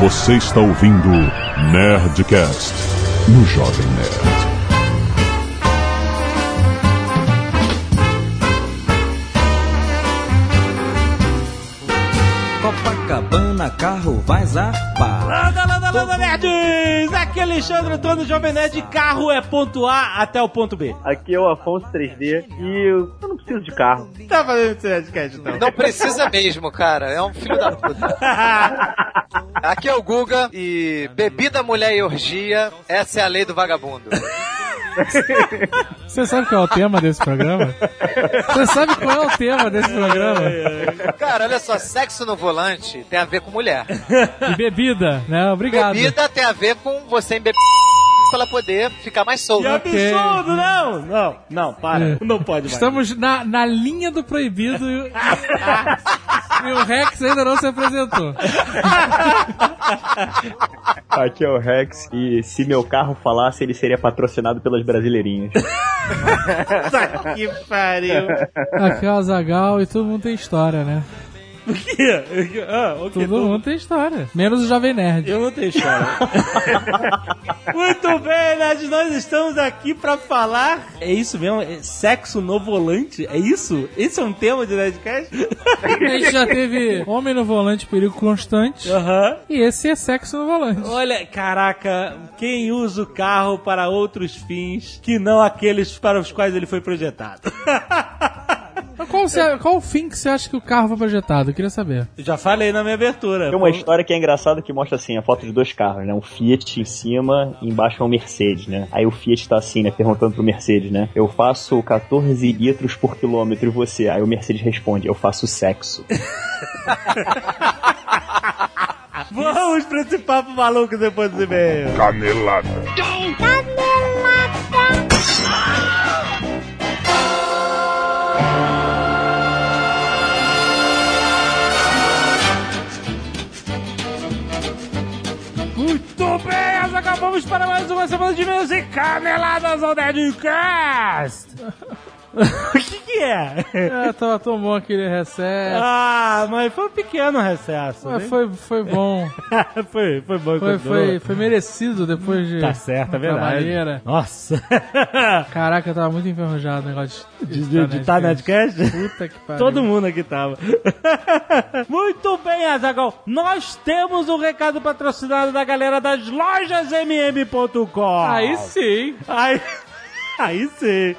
Você está ouvindo Nerdcast no Jovem Nerd. Copacabana, carro vai zarpar. Landa, landa, landa, nerds! Aqui é Alexandre Antônio, Jovem Nerd. Carro é ponto A até o ponto B. Aqui é o Afonso 3D e eu, eu não preciso de carro. Tá fazendo esse podcast, então. Não precisa mesmo, cara. É um filho da puta. Aqui é o Guga e bebida, mulher e orgia, essa é a lei do vagabundo. Você sabe qual é o tema desse programa? Você sabe qual é o tema desse programa? Cara, olha só, sexo no volante tem a ver com mulher. E bebida, né? Obrigado. Bebida tem a ver com você embeber pra ela poder ficar mais Que solta. absurdo, não! Não, não, para. Não pode mais. Estamos na, na linha do proibido e, e o Rex ainda não se apresentou. Aqui é o Rex e se meu carro falasse, ele seria patrocinado pelas brasileirinhas. Puta que pariu. Aqui é o Azagal e todo mundo tem história, né? O quê? Ah, o quê? Todo mundo tem história. Menos o Jovem Nerd. Eu não tenho história. Muito bem, Nerd, nós estamos aqui pra falar. É isso mesmo? É sexo no volante? É isso? Esse é um tema de Nerdcast? A gente já teve Homem no Volante, Perigo Constante. Aham. E esse é Sexo no Volante. Olha, caraca, quem usa o carro para outros fins que não aqueles para os quais ele foi projetado? Mas qual, você- qual o fim que você acha que o carro foi projetado? Eu queria saber. Eu Já falei na minha abertura. Tem uma história que é engraçada que mostra assim, a foto de dois carros, né? Um Fiat em cima e embaixo é um Mercedes, né? Aí o Fiat tá assim, né? Perguntando pro Mercedes, né? Eu faço 14 litros por quilômetro e você? Aí o Mercedes responde, eu faço sexo. Vamos pra esse papo maluco depois do e-mail. Canelada. Muito bem, nós acabamos para mais uma semana de e-mails e caneladas ao Nerdcast. O que que é? É, tava tão bom aquele recesso. Ah, mas foi um pequeno recesso. Mas né? foi, foi bom. foi, foi bom. Foi, enquanto foi, durou. foi merecido depois de. Tá certo, é da verdade. maneira. Nossa. Caraca, eu tava muito enferrujado o negócio De, de, de tá Nerdcast? Puta que pariu. Todo mundo aqui tava. Muito bem, Azagal. Nós temos um recado patrocinado da galera das lojas mm.com. Aí sim. Aí, aí sim.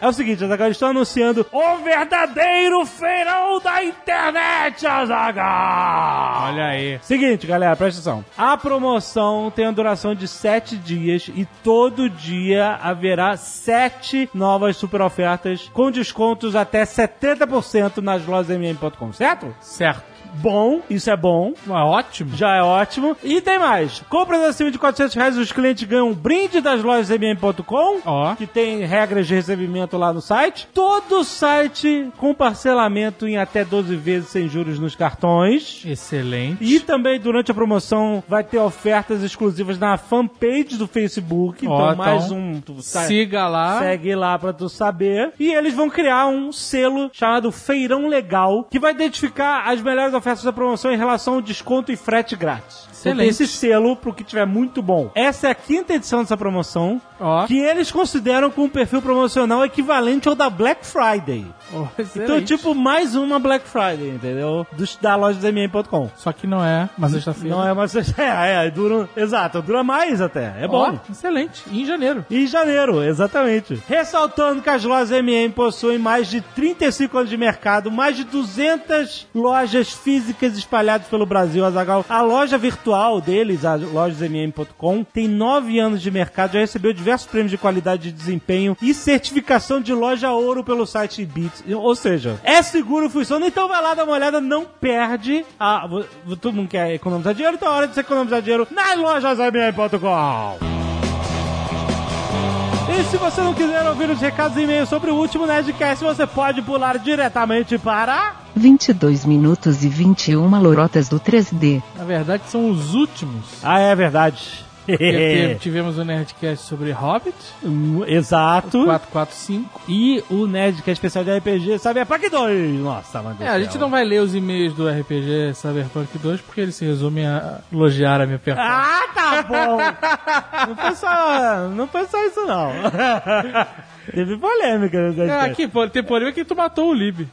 É o seguinte, Azagal, estou anunciando o verdadeiro feirão da internet, Azagal. Olha aí. Seguinte, galera, presta atenção. A promoção tem a duração de 7 dias e todo dia haverá 7 novas super ofertas com descontos até 70% nas lojasmm.com, certo? Certo. Bom, isso é bom. Mas ótimo. Já é ótimo. E tem mais. Compras acima de 400 reais, os clientes ganham um brinde das lojas mm.com, Ó. que tem regras de recebimento lá no site. Todo site com parcelamento em até 12 vezes sem juros nos cartões. Excelente. E também durante a promoção vai ter ofertas exclusivas na fanpage do Facebook. Então, Ó, então, mais um. tu sai- Siga lá. Segue lá pra tu saber. E eles vão criar um selo chamado Feirão Legal, que vai identificar as melhores ofertas da promoção em relação ao desconto e frete grátis. Excelente. Então tem Esse selo pro que tiver muito bom. Essa é a quinta edição dessa promoção, Ó. que eles consideram com um perfil promocional equivalente ao da Black Friday. Ó, Então, Oh, excelente. tipo, mais uma Black Friday, entendeu? Dos, da loja do MM.com. Só que não é uma sexta-feira. Não é uma sexta. É, é, dura. Exato, dura mais até. É bom. Ó, excelente. E em janeiro. Em janeiro, exatamente. Ressaltando que as lojas MM possuem mais de 35 anos de mercado, mais de 200 lojas físicas espalhadas pelo Brasil, Azagal. A loja virtual deles, a lojasmm.com, tem 9 anos de mercado, já recebeu diversos prêmios de qualidade de desempenho e certificação de loja ouro pelo site Bits. Ou seja, é seguro, funciona. Então vai lá dar uma olhada, não perde. Ah, vo- todo mundo quer economizar dinheiro, então é hora de você economizar dinheiro nas lojas MM.com. E se você não quiser ouvir os recados e e-mails sobre o último Nerdcast, você pode pular diretamente para. 22 minutos e 21 lorotas do 3D. Na verdade, são os últimos. Ah, é verdade. Porque tivemos o Nerdcast sobre Hobbit, Hum, Exato. 445. E o Nerd, que é especial de RPG, sabe? É PAC 2. Nossa, mano. do É, a céu. gente não vai ler os e-mails do RPG Cyberpunk 2 porque ele se resume a elogiar a minha performance. Ah, tá bom! não, foi só, não foi só isso, não. Teve polêmica. né, Ah, Nerdcast? aqui, pô, tem polêmica que tu matou o Lib.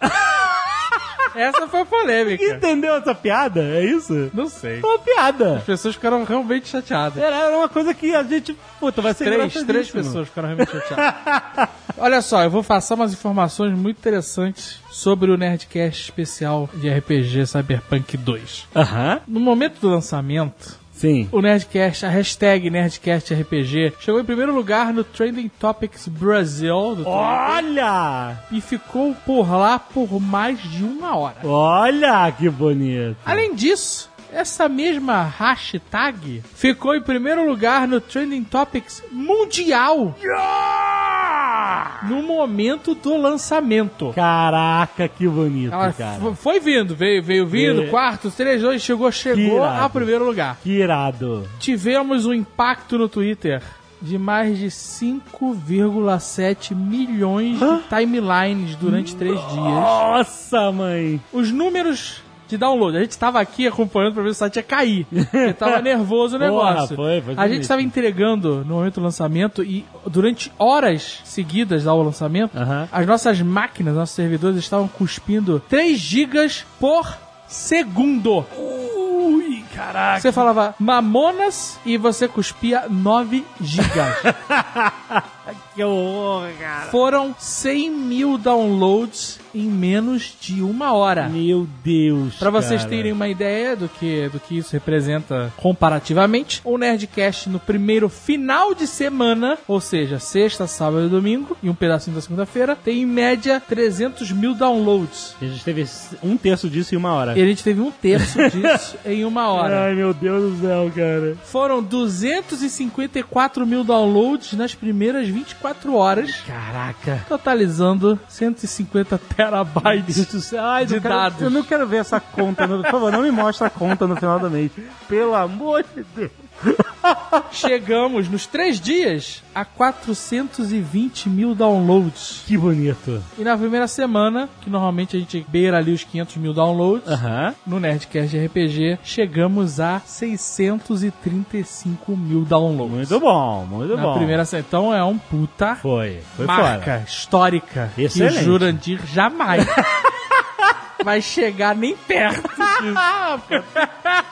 Essa foi a polêmica. Entendeu essa piada? É isso? Não sei. Foi uma piada. As pessoas ficaram realmente chateadas. Era era uma coisa que a gente. Puta, vai ser Três, três engraçadíssimo. pessoas ficaram realmente chateadas. Olha só, eu vou passar umas informações muito interessantes sobre o Nerdcast especial de RPG Cyberpunk 2. Aham. No momento do lançamento, Sim. O Nerdcast, a hashtag NerdcastRPG, chegou em primeiro lugar no Trending Topics Brasil do Twitter Olha! e ficou por lá por mais de uma hora. Olha que bonito. Além disso, essa mesma hashtag ficou em primeiro lugar no Trending Topics Mundial no momento do lançamento. Caraca, que bonito, Ela cara. fo- foi vindo, veio, veio vindo, É. quarto, três, dois, chegou, chegou irado. a primeiro lugar. Que irado. tivemos um impacto no Twitter de mais de 5,7 milhões de timelines durante três dias. Nossa, mãe. Os números de download, a gente estava aqui acompanhando para ver se o site ia cair, porque tava nervoso o negócio. Porra, foi, foi a gente sinistro. estava entregando no momento do lançamento e durante horas seguidas ao lançamento, Aham. as nossas máquinas, nossos servidores estavam cuspindo 3 gigas por segundo. Ui, caraca. Você falava mamonas e você cuspia 9 gigas. Que horror, cara. Foram 100 mil downloads em menos de uma hora. Meu Deus. Pra vocês cara. terem uma ideia do que, do que isso representa comparativamente, o Nerdcast no primeiro final de semana, ou seja, sexta, sábado e domingo, e um pedacinho da segunda-feira, tem em média 300 mil downloads. A gente teve um terço disso em uma hora. E a gente teve um terço disso em uma hora. Ai, meu Deus do céu, cara. Foram 254 mil downloads nas primeiras 24 horas, Caraca. totalizando Ai, 150 Deus terabytes. do céu. Ai, De não quero- dados. Eu não quero ver essa conta. no- Por favor, não me mostra a conta no final do mês. Pelo amor de Deus. Chegamos nos três dias a 420 mil downloads. Que bonito. E na primeira semana, que normalmente a gente beira ali os 500 mil downloads, Aham. no Nerdcast RPG chegamos a 635 mil downloads. Muito bom, muito na bom. primeira se- então é um puta Foi, foi marca fora. histórica que Excelente. o Jurandir jamais vai chegar nem perto.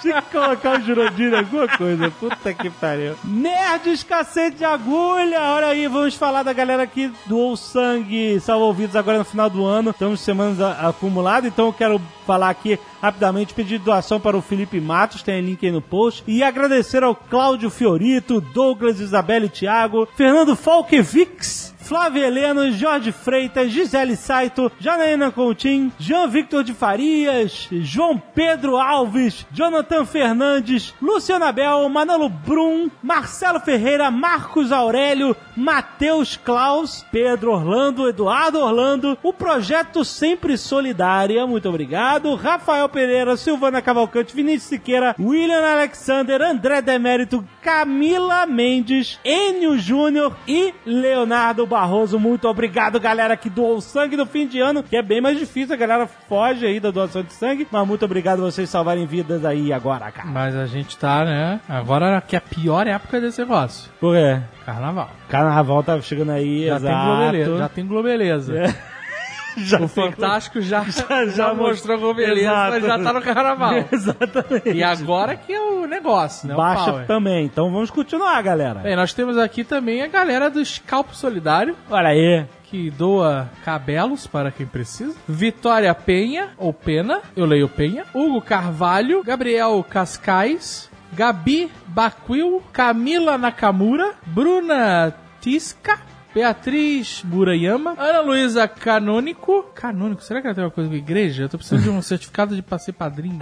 Tinha que colocar o Jurandir em alguma coisa. Puta que pariu. Nerds, cacete de agulha. Olha aí, vamos falar da galera que doou sangue, salvou ouvidos agora no final do ano. Estamos semanas a- acumuladas, então eu quero falar aqui rapidamente, pedir doação para o Felipe Matos, tem link aí no post. E agradecer ao Cláudio Fiorito, Douglas, Isabelle Thiago, Fernando Falkevix, Flávio Heleno, Jorge Freitas, Gisele Saito, Janaína Coutinho, Jean Victor de Farias, João Pedro Alves, Jonathan Fernandes, Luciana Bel, Manolo Brum, Marcelo Ferreira, Marcos Aurélio, Matheus Klaus, Pedro Orlando, Eduardo Orlando, o Projeto Sempre Solidária, muito obrigado, Rafael Pereira, Silvana Cavalcante, Vinícius Siqueira, William Alexander, André Demérito, Camila Mendes, Enio Júnior e Leonardo Barroso. Muito obrigado, galera, que doou sangue no fim de ano, que é bem mais difícil, a galera foge aí da doação de sangue, mas muito obrigado vocês salvarem vidas aí agora, cara. Mas a gente tá, né? Agora que é a pior época desse negócio. Por quê? Carnaval. Carnaval tá chegando aí, Já tem globeleza. Já exato. tem globeleza. Já O tá- tem- Fantástico já, já, Tá já mostrou globeleza, Exato. mas já tá no carnaval. Exatamente. E agora que é o negócio, né? O Baixa power. também, então vamos continuar, galera. Bem, nós temos aqui também a galera do Scalpo Solidário, Olha aí. que doa cabelos para quem precisa. Vitória Penha, ou Pena, eu leio Penha. Hugo Carvalho, Gabriel Cascais, Gabi Baquil, Camila Nakamura, Bruna Tisca, Beatriz Burayama, Ana Luísa Canônico. Canônico, será que ela tem alguma coisa com igreja? Eu tô precisando de um certificado de pra ser padrinho.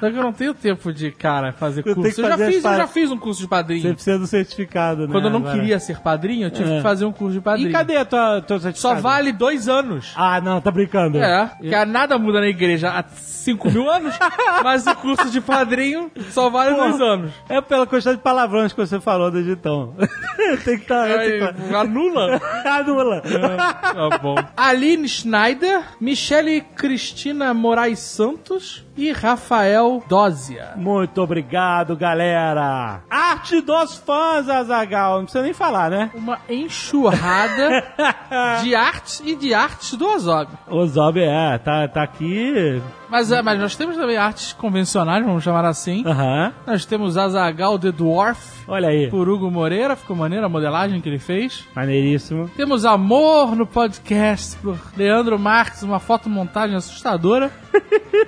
Só que eu não tenho tempo de, cara, fazer tenho curso. que Eu já, fazer as fiz, eu par- já fiz um curso de padrinho. Você precisa do certificado, né? Quando eu não agora. queria ser padrinho, eu tive É. que fazer um curso de padrinho. E cadê a tua, teu Só certificado? vale dois anos. Ah, não, tá brincando. É, que nada muda na igreja há 5 mil anos, mas o curso de padrinho só vale Porra. dois anos. É pela quantidade de palavrões que você falou desde então. tem que estar. Aí, anula? Anula. Tá bom. Aline Schneider, Michele Cristina Moraes Santos e Rafael Dózia. Muito obrigado, galera. Arte dos fãs, Azagal. Não precisa nem falar, né? Uma enxurrada de artes e de artes do Ozog. O Zob é, tá, tá aqui. Mas, é, mas nós temos também artes convencionais, vamos chamar assim. Aham. Nós temos Azagal The Dwarf, Olha aí. por Hugo Moreira, ficou maneira a modelagem que ele fez. Maneiríssimo. Temos amor no podcast por Leandro Marques, uma fotomontagem assustadora.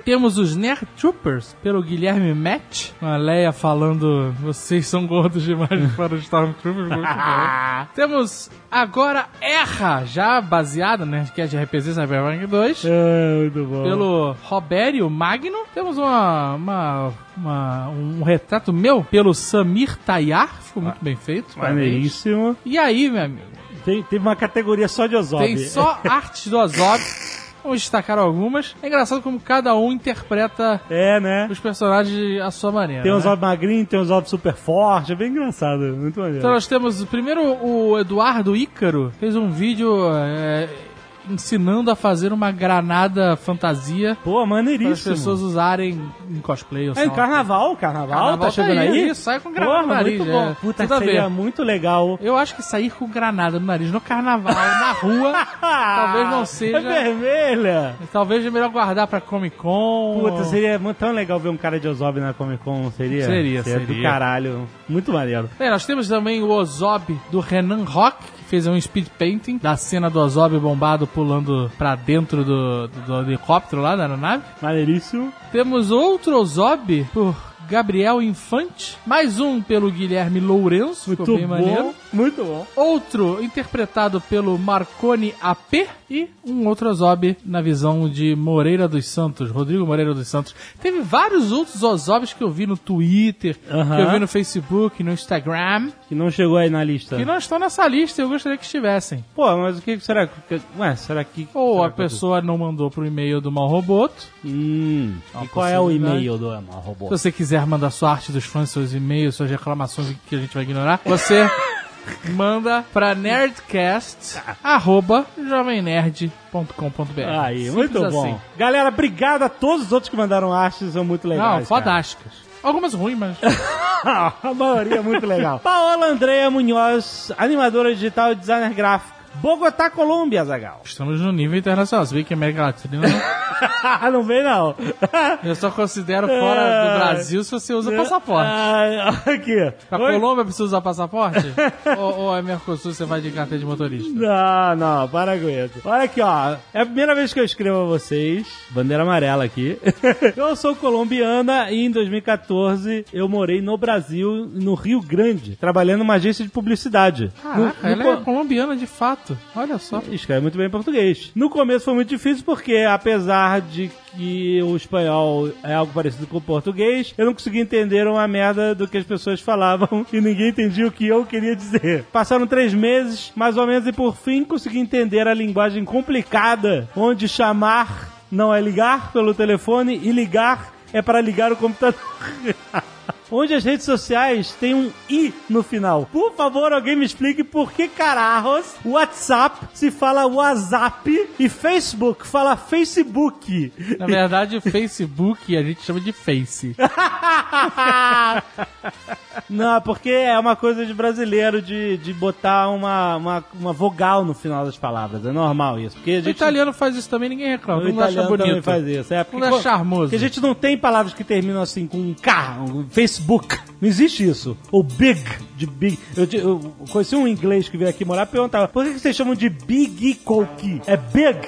Temos os Nerd Troopers pelo Guilherme Matt. A Leia falando: vocês são gordos demais para os Stormtroopers. Muito bom. Temos agora Erra, já baseada no Nerdcast RPG Cyberpunk 2. É, muito bom. Pelo Robério Magno. Temos uma, uma- uma- um retrato meu pelo Samir Tayar. Ficou muito bem feito. parabéns. Ah, Maneiríssimo. E aí, meu amigo? Tem, teve uma categoria só de Ozob. Tem só artes do Ozob. Vamos destacar algumas. É engraçado como cada um interpreta É, né? os personagens à sua maneira. Tem né? um Zob magrinho, tem um Zob super forte. É bem engraçado. Muito maneiro. Então nós temos primeiro o Eduardo Ícaro fez um vídeo é, ensinando a fazer uma granada fantasia Pô, para as maneiríssimo. pessoas usarem em cosplay ou É, sei em lá. carnaval, carnaval, tá chegando aí? isso, sai com granada Porra, no nariz. muito bom. é. Puta, Tudo a seria ver. muito legal. Eu acho que sair com granada no nariz no carnaval, na rua, talvez não seja. É vermelha. Talvez é melhor guardar pra Comic Con. Puta, seria mu- tão legal ver um cara de Ozob na Comic Con, não seria? Seria, do seria. caralho. Muito maneiro. Bem, É, nós temos também o Ozob do Renan Rock, que fez um speed painting da cena do Ozob bombado pulando pra dentro do, do- do helicóptero lá da aeronave. Maneiríssimo. Temos outro Ozob por Gabriel Infante. Mais um pelo Guilherme Lourenço, Muito ficou bem bom. maneiro. Muito bom. Outro interpretado pelo Marconi AP e um outro Ozob na visão de Moreira dos Santos, Rodrigo Moreira dos Santos. Teve vários outros Ozobs que eu vi no Twitter, Aham. que eu vi no Facebook, no Instagram, Que não chegou aí na lista. que não estão nessa lista e eu gostaria que estivessem. Pô, mas o que que será que... Ué, será que... Ou será a que eu- pessoa não mandou pro e-mail do Mal Roboto. Hum, Uma e qual é o possibilidade. e-mail do Amal Robô? Se você quiser mandar sua arte dos fãs, seus e-mails, suas reclamações que a gente vai ignorar, você manda pra nerdcast@jovemnerd.com.br. Ah. Aí, Simples muito bom. assim. Galera, obrigado a todos os outros que mandaram artes, são muito legais. Não, cara. fodásticas. Algumas ruins, mas a maioria é muito legal. Paola Andrea Munhoz, animadora digital e designer gráfico. Bogotá, Colômbia, Zagal. estamos no nível internacional. Se bem que é América Latina Ah, não- não vem, não. né? eu só considero fora É. do Brasil se você usa passaporte. Ah, aqui. Pra Oi? Colômbia precisa usar passaporte? ou, ou é Mercosul você vai de carteira de motorista? Não, não, para com isso. Olha aqui, ó. É a primeira vez que eu escrevo a vocês. Bandeira amarela aqui. eu sou colombiana e em 2014 eu morei no Brasil, no Rio Grande, trabalhando numa agência de publicidade. Caraca, No- no ela é co- colombiana de fato. Olha só. Escreve muito bem em português. No começo foi muito difícil porque, apesar de que o espanhol é algo parecido com o português, eu não conseguia entender uma merda do que as pessoas falavam e ninguém entendia o que eu queria dizer. Passaram três meses, mais ou menos, e por fim consegui entender a linguagem complicada, onde chamar não é ligar pelo telefone e ligar é para ligar o computador. onde as redes sociais têm um i no final. Por favor, alguém me explique por que carajos WhatsApp se fala WhatsApp e Facebook fala Facebook. Na verdade, o Facebook a gente chama de Face. Não, porque é uma coisa de brasileiro de, de botar uma, uma, uma vogal no final das palavras. É normal isso. Porque a O gente italiano faz isso também, ninguém reclama. O Todo mundo acha italiano também bonito. faz isso. É, porque, Todo mundo acha charmoso. Porque a gente não tem palavras que terminam assim com um carro, um Facebook. Não existe isso. Ou big, de big. Eu, di- eu conheci um inglês que veio aqui morar e perguntava, por que que vocês chamam de big coke? É big.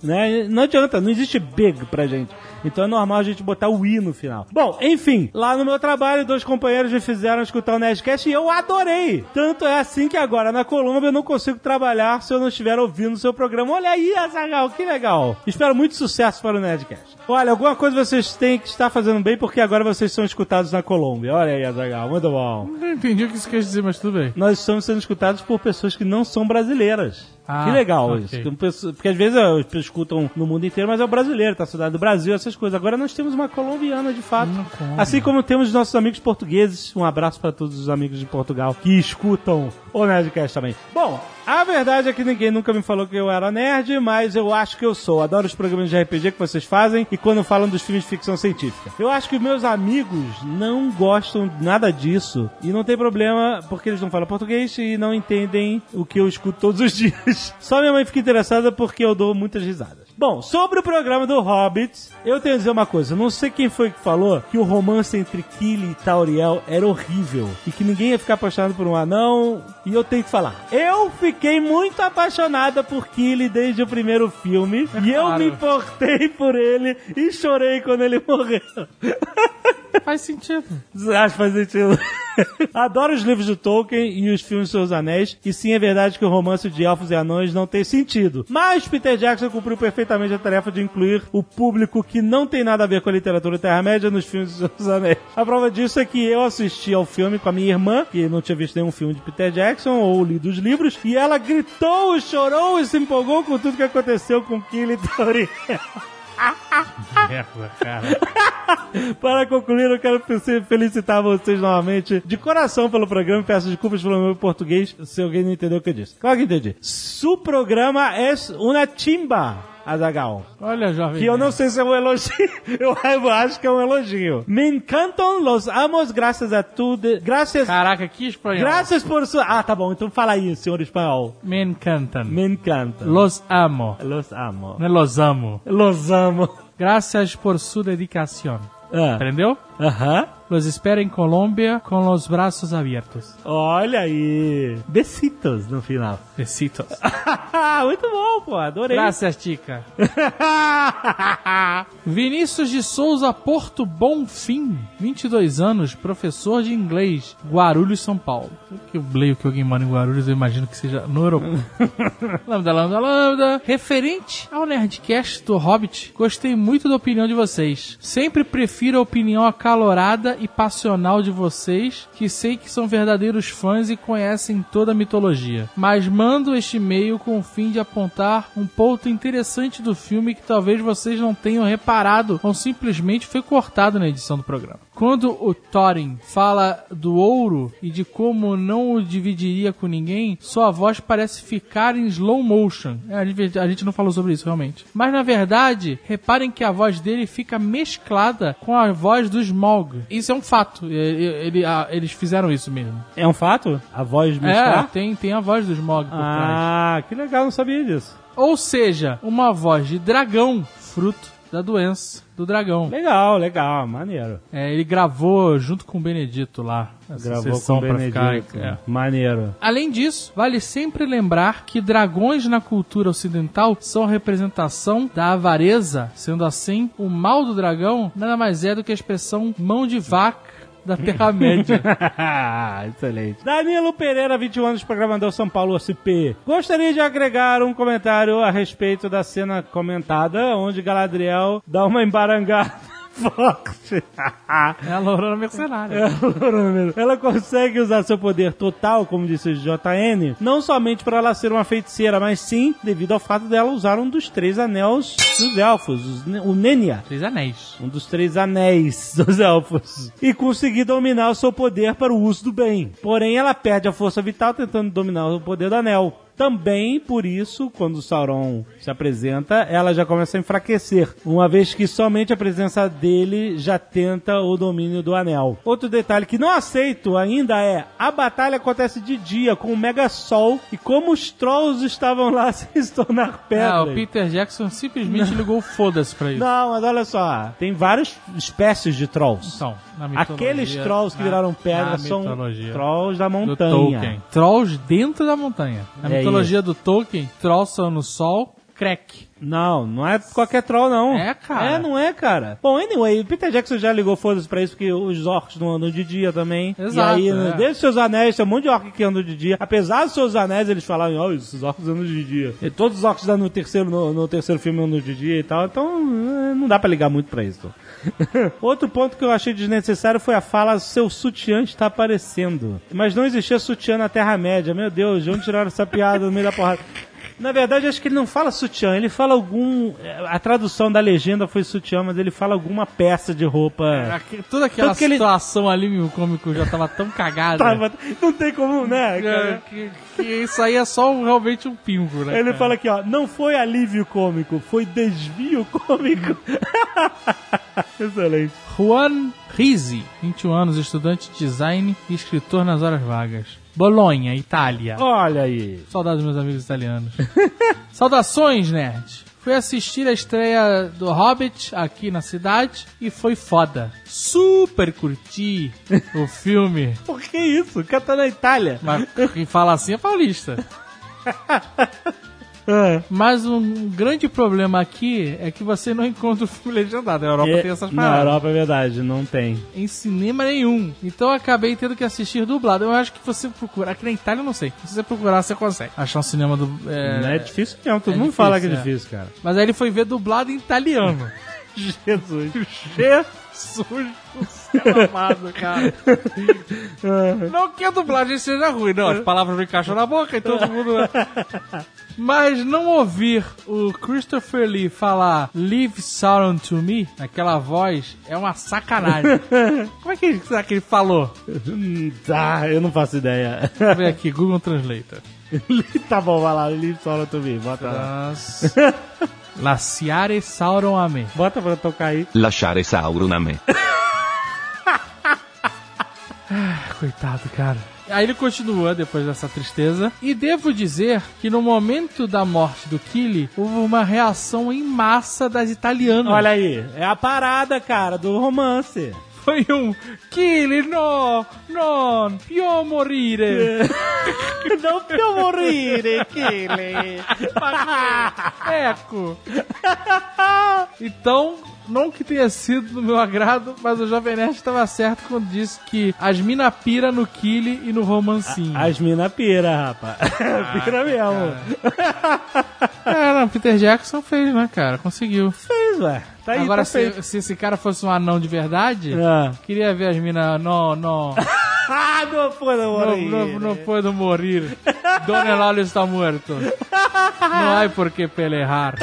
Né? Não adianta, não existe big pra gente. Então é normal a gente botar o i no final. Bom, enfim, lá no meu trabalho, dois companheiros me fizeram escutar o Nerdcast e eu adorei. Tanto é assim que agora na Colômbia eu não consigo trabalhar se eu não estiver ouvindo o seu programa. Olha aí, Azagal, que legal. Espero muito sucesso para o Nerdcast. Olha, alguma coisa vocês têm que estar fazendo bem porque agora vocês são escutados na Colômbia. Olha aí, Azagal, muito bom. Não entendi o que isso quer dizer, mas tudo bem. Nós estamos sendo escutados por pessoas que não são brasileiras. Ah, que legal ok. isso. Tem pessoa- Porque às vezes eu- eu escutam no mundo inteiro, mas é o brasileiro, tá saudade do Brasil, essas coisas. Agora nós temos uma colombiana, de fato. Uma colombiana. Assim como temos nossos amigos portugueses. Um abraço para todos os amigos de Portugal que escutam o Nerdcast também. Bom, a verdade é que ninguém nunca me falou que eu era nerd, mas eu acho que eu sou. Adoro os programas de RPG que vocês fazem e quando falam dos filmes de ficção científica. Eu acho que meus amigos não gostam nada disso e não tem problema porque eles não falam português e não entendem o que eu escuto todos os dias. Só minha mãe fica interessada porque eu dou muitas risadas. Bom, sobre o programa do Hobbit, eu tenho a dizer uma coisa. Eu Não sei quem foi que falou que o romance entre Killy e Tauriel era horrível e que ninguém ia ficar apaixonado por um anão. E eu tenho que falar. Eu fiquei muito apaixonada por Killy desde o primeiro filme e eu claro. me importei por ele e chorei quando ele morreu. Faz sentido. Acho que faz sentido. Adoro os livros do Tolkien e os filmes dos Seus Anéis, e sim é verdade que o romance de elfos e anões não tem sentido. Mas Peter Jackson cumpriu perfeitamente a tarefa de incluir o público que não tem nada a ver com a literatura da Terra-média nos filmes dos Seus Anéis. A prova disso é que eu assisti ao filme com a minha irmã, que não tinha visto nenhum filme de Peter Jackson ou lido os livros, e ela gritou, chorou e se empolgou com tudo que aconteceu com Killy Tauriel. Para concluir, eu quero fe- felicitar vocês novamente de coração pelo programa e peço desculpas pelo meu português se alguém não entendeu o que eu disse. Claro que entendi. Su programa é uma timba, Azagal. Olha, jovem. Que eu não nerd. sei se é um elogio. Eu acho que é um elogio. Me encantam los amos, graças a tudo. Graças. Caraca, que espanhol. Graças por sua. Ah, tá bom. Então fala aí, senhor espanhol. Me encantam. Me encantam. Los amo. Los amo. Não é los amo. Los amo. Gracias por su dedicación. Ah, Entendeu? Aham. Los espero em Colômbia com os braços abertos. Olha aí. Besitos no final. Besitos. Muito bom, pô. Adorei. Gracias, chica. Vinícius de Souza Porto Bonfim, 22 anos, professor de inglês, Guarulhos, São Paulo. Eu que leio que alguém mora em Guarulhos, eu imagino que seja no aeroporto. lambda, lambda, lambda. Referente ao Nerdcast do Hobbit, gostei muito da opinião de vocês. Sempre prefiro a opinião acalorada e passional de vocês, que sei que são verdadeiros fãs e conhecem toda a mitologia. Mas mando este e-mail com o fim de apontar um ponto interessante do filme que talvez vocês não tenham reparado ou simplesmente foi cortado na edição do programa. Quando o Thorin fala do ouro e de como não o dividiria com ninguém, sua voz parece ficar em slow motion. É, A gente, a gente não falou sobre isso realmente. Mas na verdade, reparem que a voz dele fica mesclada com a voz do Smaug. Isso é um fato. E- e- ele- ah, eles fizeram isso mesmo. É um fato? A voz É, mexer? tem, tem a voz do Smaug por trás. Ah, que legal, não sabia disso. Ou seja, uma voz de dragão, fruto da doença do dragão. Legal, legal, maneiro. É, ele gravou junto com o Benedito lá. Essa Gravou com sessão o pra Benedito. ficar- é. Maneiro. Além disso, vale sempre lembrar que dragões na cultura ocidental são a representação da avareza. Sendo assim, o mal do dragão nada mais é do que a expressão mão de vaca da Terra-média. Excelente. Danilo Pereira, 21 anos, programador São Paulo SP. Gostaria de agregar um comentário a respeito da cena comentada, onde Galadriel dá uma embarangada forte. é a Lorona Mercenária. É, Ela consegue usar seu poder total, como disse o JN, não somente para ela ser uma feiticeira, mas sim devido ao fato dela usar um dos três anéis dos elfos, os ne- o Nenya. Três anéis. Um dos três anéis dos elfos. E conseguir dominar o seu poder para o uso do bem. Porém, ela perde a força vital tentando dominar o poder do anel. Também por isso, quando Sauron se apresenta, ela já começa a enfraquecer, uma vez que somente a presença dele já tenta o domínio do anel. Outro detalhe que não aceito ainda é: a batalha acontece de dia, com o mega sol, e como os trolls estavam lá sem se tornar pedras. Ah, o Peter Jackson simplesmente ligou foda-se pra isso. Não, mas olha só. Tem várias espécies de trolls. São, Então, na mitologia, Aqueles trolls que na- viraram na pedra são mitologia trolls da do montanha. Tolkien. Trolls dentro da montanha. Na É mitologia do Tolkien, trolls são no sol, crack. Não, não é qualquer troll, não. É, cara. É, não é, cara. Bom, anyway, o Peter Jackson já ligou foda-se pra isso, porque os orcs não andam de dia também. Exato, E aí, é. né, desde seus anéis, tem um monte de orc que andam de dia. Apesar dos seus anéis, eles falavam, ó, esses orcs andam de dia. E todos os orcs andam no terceiro, no, no terceiro filme andam de dia e tal. Então, eh, não dá pra ligar muito pra isso. Outro ponto que eu achei desnecessário foi a fala seu sutiã está aparecendo. Mas não existia sutiã na Terra-média. Meu Deus, de onde tiraram essa piada no meio da porrada? Na verdade, acho que ele não fala sutiã, ele fala algum. eh, A tradução da legenda foi sutiã, mas ele fala alguma peça de roupa. Aque- toda aquela É. Tanto que ele- situação ali, o cômico já tava tão cagado. né? Tava- não tem como, né? É, cara? que, que isso aí é só um- realmente um pingo, né? Ele cara? fala aqui, ó, não foi alívio cômico, foi desvio cômico. Excelente. Juan Risi, 21 anos, estudante de design e escritor nas horas vagas. Bolonha, Itália. Olha aí. Saudades, meus amigos italianos. Saudações, nerd. Fui assistir a estreia do Hobbit aqui na cidade e foi foda. Super curti o filme. Por que isso? O cara tá na Itália. Mas quem fala assim é paulista. Ah, Mas um grande problema aqui é que você não encontra o filme legendado. A Europa e- tem essas na paradas. Europa é verdade, não tem. Em cinema nenhum. Então eu acabei tendo que assistir dublado. Eu acho que você procurar. Aqui na Itália eu não sei. Se você procurar, você consegue. Achar um cinema do. é, Não é difícil mesmo, todo é mundo fala que é difícil, é. difícil, cara. Mas aí ele foi ver dublado em italiano. Jesus. Jesus do céu amado, cara. Não que a dublagem seja ruim, não. As palavras não encaixam na boca e todo mundo. né? Mas não ouvir o Christopher Lee falar Leave Sauron to Me, naquela voz, é uma sacanagem. Como é que ele- será que ele falou? Hum, tá, eu não faço ideia. Deixa eu ver aqui, Google Translator. tá bom, vai lá, Live Sauron to Me, bota lá. Las... Laciare Sauron a me. Bota pra tocar aí. Lasciare Sauron a me. Coitado, cara. Aí ele continua depois dessa tristeza. E devo dizer que no momento da morte do Killy, houve uma reação em massa das italianas. Olha aí, é a parada, cara, do romance. foi um Killy, no, non, pio morire. Não que eu morire, Kili. Eco. Então, não que tenha sido do meu agrado, mas o Jovem Nerd estava certo quando disse que as mina pira no Killy e no romancinho. As mina pira, rapaz. Ah, pira mesmo. É, não, Peter Jackson fez, né, cara? Conseguiu. Fez, ué. Tá aí, Agora, tá feito. se, se esse cara fosse um anão de verdade, Ah. queria ver as minas. Não, não. Ah, não foi, não, Não, não, não né?" puedo morir. Don Eladio está morto. Não há por que pelear.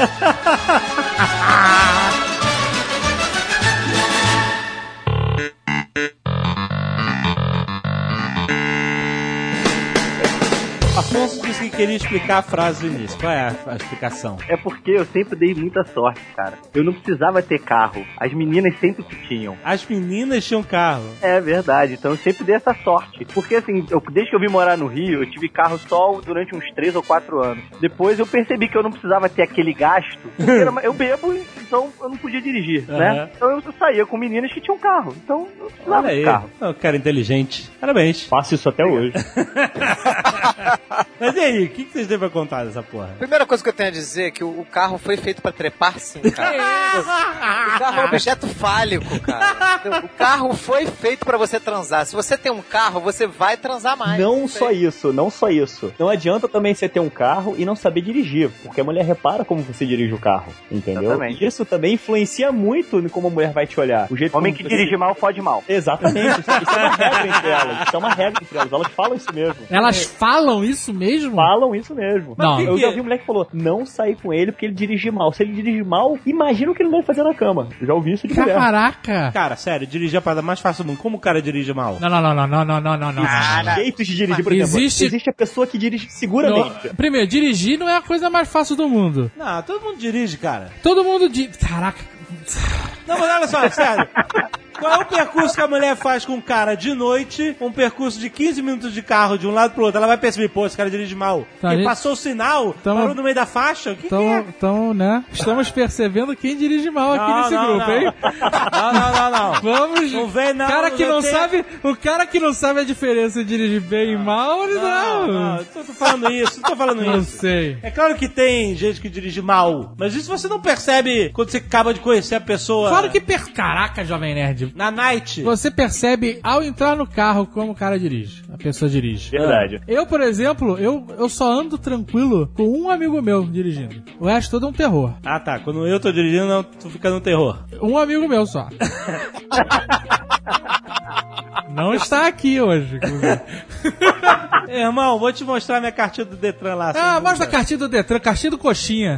Afonso disse que queria explicar a frase do início. Qual é a, a explicação? É porque eu sempre dei muita sorte, cara. Eu não precisava ter carro. As meninas sempre que tinham. As meninas tinham carro. É verdade, então eu sempre dei essa sorte. Porque assim, eu- desde que eu vim morar no Rio, eu tive carro só durante uns 3 ou 4 anos. Depois eu percebi que eu não precisava ter aquele gasto. porque era- eu bebo, então eu não podia dirigir, Aham. né? Então eu saía com meninas que tinham carro. Então eu não precisava de carro. É um cara inteligente. Parabéns. Faço isso até hoje. Mas e aí, o que, que vocês têm pra contar dessa porra? Primeira coisa que eu tenho a dizer é que o o carro foi feito pra trepar sim, cara. O carro é um objeto fálico, cara. O carro foi feito pra você transar. Se você tem um carro, você vai transar mais. Não Isso só aí. isso, não só isso. Não adianta também você ter um carro e não saber dirigir, porque a mulher repara como você dirige o carro, entendeu? Exatamente. Isso também influencia muito em como a mulher vai te olhar. O jeito Homem como que você- dirige mal, fode mal. Exatamente, isso, isso é uma regra entre elas. Isso é uma regra entre elas. Elas falam isso mesmo. Elas falam isso mesmo? Falam isso mesmo. Não. eu já ouvi mulher que falou: não sair com ele porque ele dirige mal. Se ele dirige mal, imagina o que ele vai fazer na cama. Eu já ouvi isso de mulher. Caraca! Cara, sério, dirigir é a parada mais fácil do mundo. Como o cara dirige mal? Não, não, não, não, não, não, não, não, não. Jeitos de dirigir, por exemplo. Existe- Existe a pessoa que dirige seguramente. Não, Primeiro, dirigir não é a coisa mais fácil do mundo. Não, todo mundo dirige, cara. Todo mundo diz. Caraca! Não, mas olha só, sério. Qual é o percurso que a mulher faz com o cara de noite? Um percurso de 15 minutos de carro de um lado pro outro. Ela vai perceber, pô, esse cara dirige mal. Tá, Ele gente- passou o sinal, Tamo- parou no meio da faixa. O que, que Então, é? então, né? Estamos percebendo quem dirige mal aqui Não, nesse não, grupo, não. hein? é? Não, não, não, não. Vamos. Não vem, não, cara que não tem- sabe, o cara que não sabe a diferença entre dirigir bem e mal, ele Não, não. não, eu tô falando isso, não tô falando Não isso. sei. É claro que tem gente que dirige mal, mas isso você não percebe quando você acaba de conhecer a pessoa. Claro que per... Caraca, jovem nerd. Na night. Você percebe ao entrar no carro como o cara dirige. A pessoa dirige. É Verdade. Eu, por exemplo, eu, eu só ando tranquilo com um amigo meu dirigindo. O resto todo é um terror. Ah tá, quando eu tô dirigindo, não, tu fica no terror. Um amigo meu só. Não está aqui hoje. inclusive. É, irmão, vou te mostrar minha cartinha do Detran lá. Ah, sem mostra a dúvida. cartinha do Detran, cartinha do Coxinha.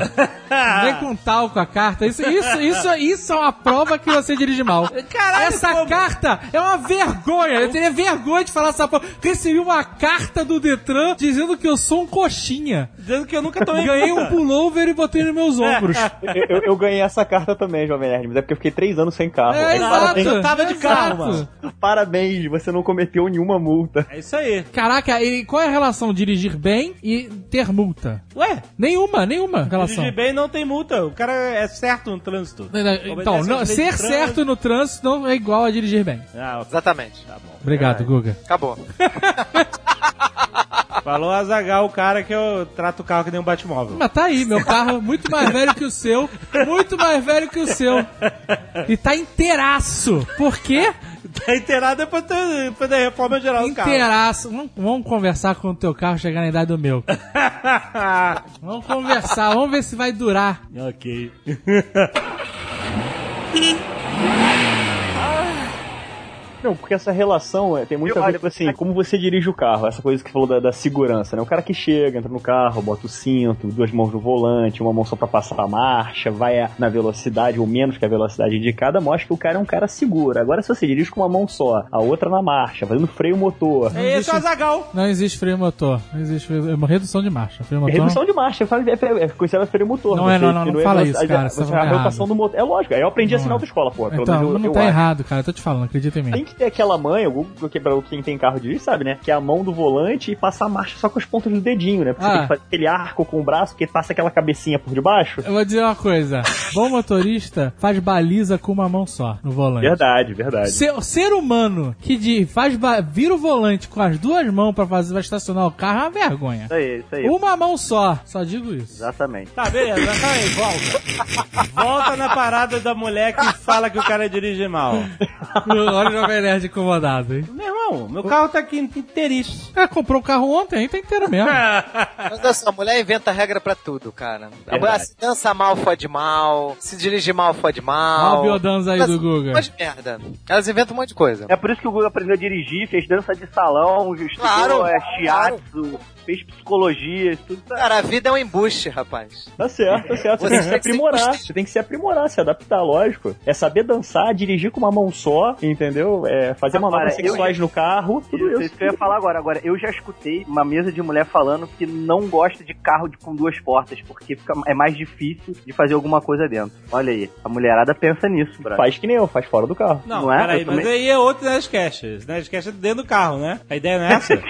Vem com talco a carta. Isso, isso, isso, isso é uma prova que você dirige mal. Caralho, essa como? carta é uma vergonha. Eu teria vergonha de falar essa porra. Recebi uma carta do Detran dizendo que eu sou um coxinha. Dizendo que eu nunca É. Ah, tomei Ganhei um multa. pullover e botei nos meus ombros. Ah. Eu, eu- eu ganhei essa carta também, Jovem Nerd, mas é porque eu fiquei três anos sem carro. É, Aí, exato. parabéns, Eu tava de carro, Exato. mano. parabéns, você não cometeu nenhuma multa. É isso aí. Caraca, e qual é a relação dirigir bem e ter multa? Ué, Nenhuma, nenhuma relação. dirigir bem não tem multa. O cara é certo no trânsito. Não, não, Então, às não- leis de ser trânsito. certo no trânsito não é igual a dirigir bem. Ah, Exatamente. Obrigado, É. Guga. Acabou. falou Azagal, o cara que eu trato o carro que nem um batmóvel. Mas tá aí, meu carro é muito mais velho que o seu, muito mais velho que o seu. E tá inteiraço. Por quê? Tá inteirado depois da- depois da reforma Tá geral do carro. Inteiraço. Vamos, vamos conversar quando o teu carro chegar na idade do meu. Vamos conversar, vamos ver se vai durar. ok. Não, porque essa relação é, tem muito a ver com assim, como você dirige o carro, essa coisa que você falou da, da segurança, né? O cara que chega, entra no carro, bota o cinto, duas mãos no volante, uma mão só pra passar a marcha, vai a- na velocidade ou menos que a velocidade indicada, mostra que o cara é um cara seguro. Agora, se você dirige com uma mão só, a outra na marcha, fazendo freio motor, É esse Deixa- o Azagal. Não existe freio motor. Não existe freio... É uma redução de marcha. Freio É motor. redução de marcha, eu falo, é, é, é considerado freio motor. Não é, não, não, não diminui a fala velocidade, isso, cara, você Você tá a errado. rotação do motor. É lógico, aí eu aprendi assim na autoescola, pô. Pelo Então, menos eu, não eu tá acho. errado, cara. Eu tô te falando, acredita em mim. Tem que ter aquela mãe, o Google, que pra quem tem carro dirige, sabe, né? Que é a mão do volante e passar a marcha só com as pontas do dedinho, né? Porque Ah. você tem que fazer aquele arco com o braço que passa aquela cabecinha por debaixo. Eu vou dizer uma coisa. Bom motorista faz baliza com uma mão só no volante. Verdade, verdade. Ser, ser humano que de, faz ba- vira o volante com as duas mãos pra fazer pra estacionar o carro é uma vergonha. Isso aí, isso aí. Uma mão só, só digo isso. Exatamente. Tá, beleza, calma aí, volta. Volta na parada da mulher que fala que o cara dirige mal. Olha o Jovem Nerd incomodado, hein? Meu irmão, meu carro tá aqui inteiriço. Ela comprou o carro ontem, aí tá inteiro mesmo. É, Mas olha só, a mulher inventa regra pra tudo, cara. A mulher Verdade. se dança mal, fode mal. Se dirige mal, fode Olha mal. o biodanza aí Elas- do Guga. Um monte de merda. Elas inventam um monte de coisa. É por isso que o Google aprendeu a dirigir, fez dança de salão, gesticulou, Claro, é, claro. shiatsu, fez psicologia, isso tudo tá... Cara, a vida é um embuste, rapaz. Tá certo, tá certo. Você, Você tem que tem que se se aprimorar. acostumar. Você tem que se aprimorar, se adaptar, lógico. É saber dançar, dirigir com uma mão só, entendeu? É fazer Rapaz, manobras eu sexuais no carro, tudo Isso, isso. isso que eu ia falar agora. Agora, eu já escutei uma mesa de mulher falando que não gosta de carro de- com duas portas, porque fica, é mais difícil de fazer alguma coisa dentro. Olha aí, a mulherada pensa nisso, brother. Faz que nem eu, faz fora do carro. Não, Não é? peraí, Eu mas também- aí é outro Nerdcast. Esse Nerdcast é dentro do carro, né? A ideia não é essa?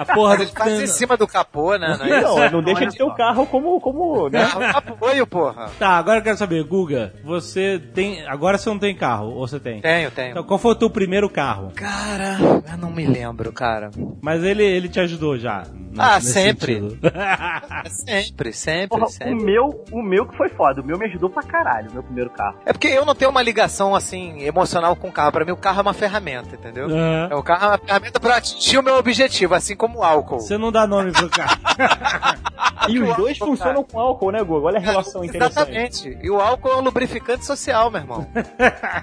A porra do... Eles fazem em cima do capô, né? Não, é isso? Não, não, deixa de ter o carro como, como né? Não, é um apoio, porra. Tá, agora eu quero saber, Guga, você tem... Agora você não tem carro, ou você tem? Tenho, tenho. Então, qual foi o teu primeiro carro? Cara, eu não me lembro, cara. Mas ele, ele te ajudou já. Ah, nesse sempre. sentido. É Sempre, Porra, sempre, o sempre. meu, o meu que foi foda, o meu me ajudou pra caralho, o meu primeiro carro. É porque eu não tenho uma ligação, assim, emocional com o carro. Pra mim, o carro é uma ferramenta, entendeu? Aham. É, o carro é uma ferramenta pra atingir o meu objetivo, assim como o álcool. Você não dá nome pro carro. E os dois Álcool, funcionam com álcool, né, Google? Olha a relação interessante. Exatamente. E o álcool é um lubrificante social, meu irmão.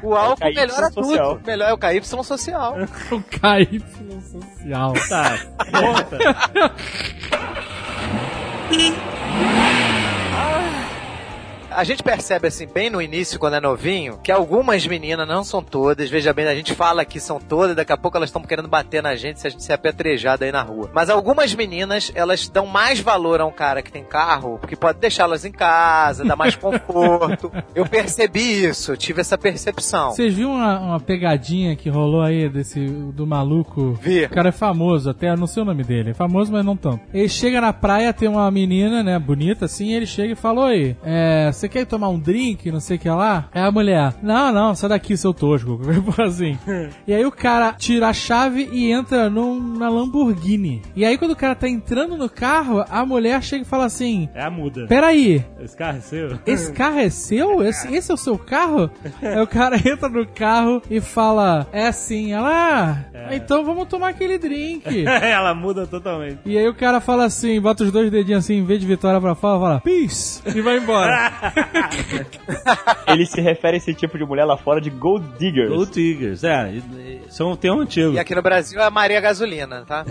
O álcool KY melhora social. tudo. Melhor é o KY social. O é KY social. Tá, volta. a gente percebe, assim, bem no início, quando é novinho, que algumas meninas, não são todas, veja bem, a gente fala que são todas, daqui a pouco elas estão querendo bater na gente se a gente ser apetrejado aí na rua. Mas algumas meninas, elas dão mais valor a um cara que tem carro, porque pode deixá-las em casa, dá mais conforto. Eu percebi isso, eu tive essa percepção. Vocês viram uma, uma pegadinha que rolou aí desse do maluco? Vi. O cara é famoso, até não sei o nome dele. É famoso, mas não tanto. Ele chega na praia, tem uma menina, né, bonita assim, ele chega e fala: Oi, é, você quer tomar um drink? Não sei o que lá. É a mulher: Não, não, sai daqui, seu tosco. assim. e aí o cara tira a chave e entra num, na Lamborghini. E aí quando o cara tá entrando no carro, a mulher chega e fala assim: É a muda. Peraí, Esse carro é seu? esse carro é seu? Esse, esse é o seu carro? Aí o cara entra no carro e fala: É sim, ela. Ah, É. Então vamos tomar aquele drink. Ela muda totalmente. E aí o cara fala assim, bota os dois dedinhos assim, em vez de vitória pra fora, fala peace e vai embora. Eles se referem a esse tipo de mulher lá fora de Gold Diggers. Ou Tigers, é. e- e- São, tem um antigo. E aqui no Brasil é a Maria Gasolina, tá?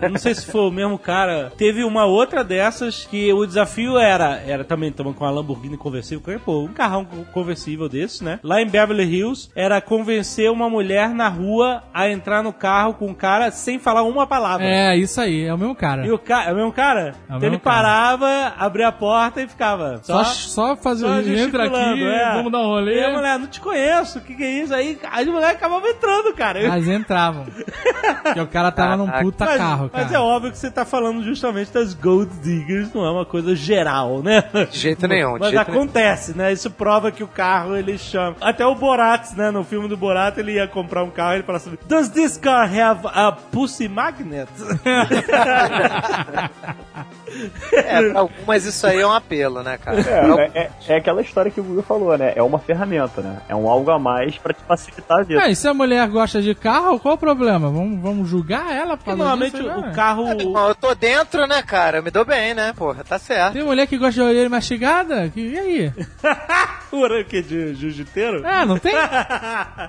Eu não sei se foi o mesmo cara. Teve uma outra dessas que o desafio era, era também tamo com uma Lamborghini conversível, qualquer- pô, um carrão co- conversível desse, né? Lá em Beverly Hills era convencer uma mulher na rua a entrar no carro com um cara sem falar uma palavra. é, isso aí, é o mesmo cara. E o cara, é o mesmo cara? É o então mesmo ele cara. parava, abria a porta e ficava. Só, só fazer só o entra aqui, gesticulando, é. vamos dar um rolê. E a mulher, não te conheço, o que, que é isso? Aí a mulher acabava entrando, cara. Mas entravam. Porque o cara tava num Caraca. puta mas, tá carro, cara. mas é óbvio que você tá falando justamente das gold diggers, não é uma coisa geral, né? De jeito nenhum, de Mas jeito nenhum. acontece, né? Isso prova que o carro ele chama. Até o Borat, né? No filme do Borat, ele ia comprar um carro e ele falava assim: Does this car have a pussy magnet? É, pra algumas isso aí é um apelo, né, cara? Pra É, é- é aquela história que o Will falou, né? É uma ferramenta, né? É um algo a mais pra te facilitar a vida. É, Ah, e se a mulher gosta de carro, qual o problema? Vamos, vamos julgar ela? por Porque causa normalmente disso agora? o carro. Bom, eu tô dentro, né, cara? Eu me dou bem, né, porra? Tá certo. Tem mulher que gosta de orelha mastigada? Que, e aí? O Oran que é de jiu-jiteiro? Ah, não tem?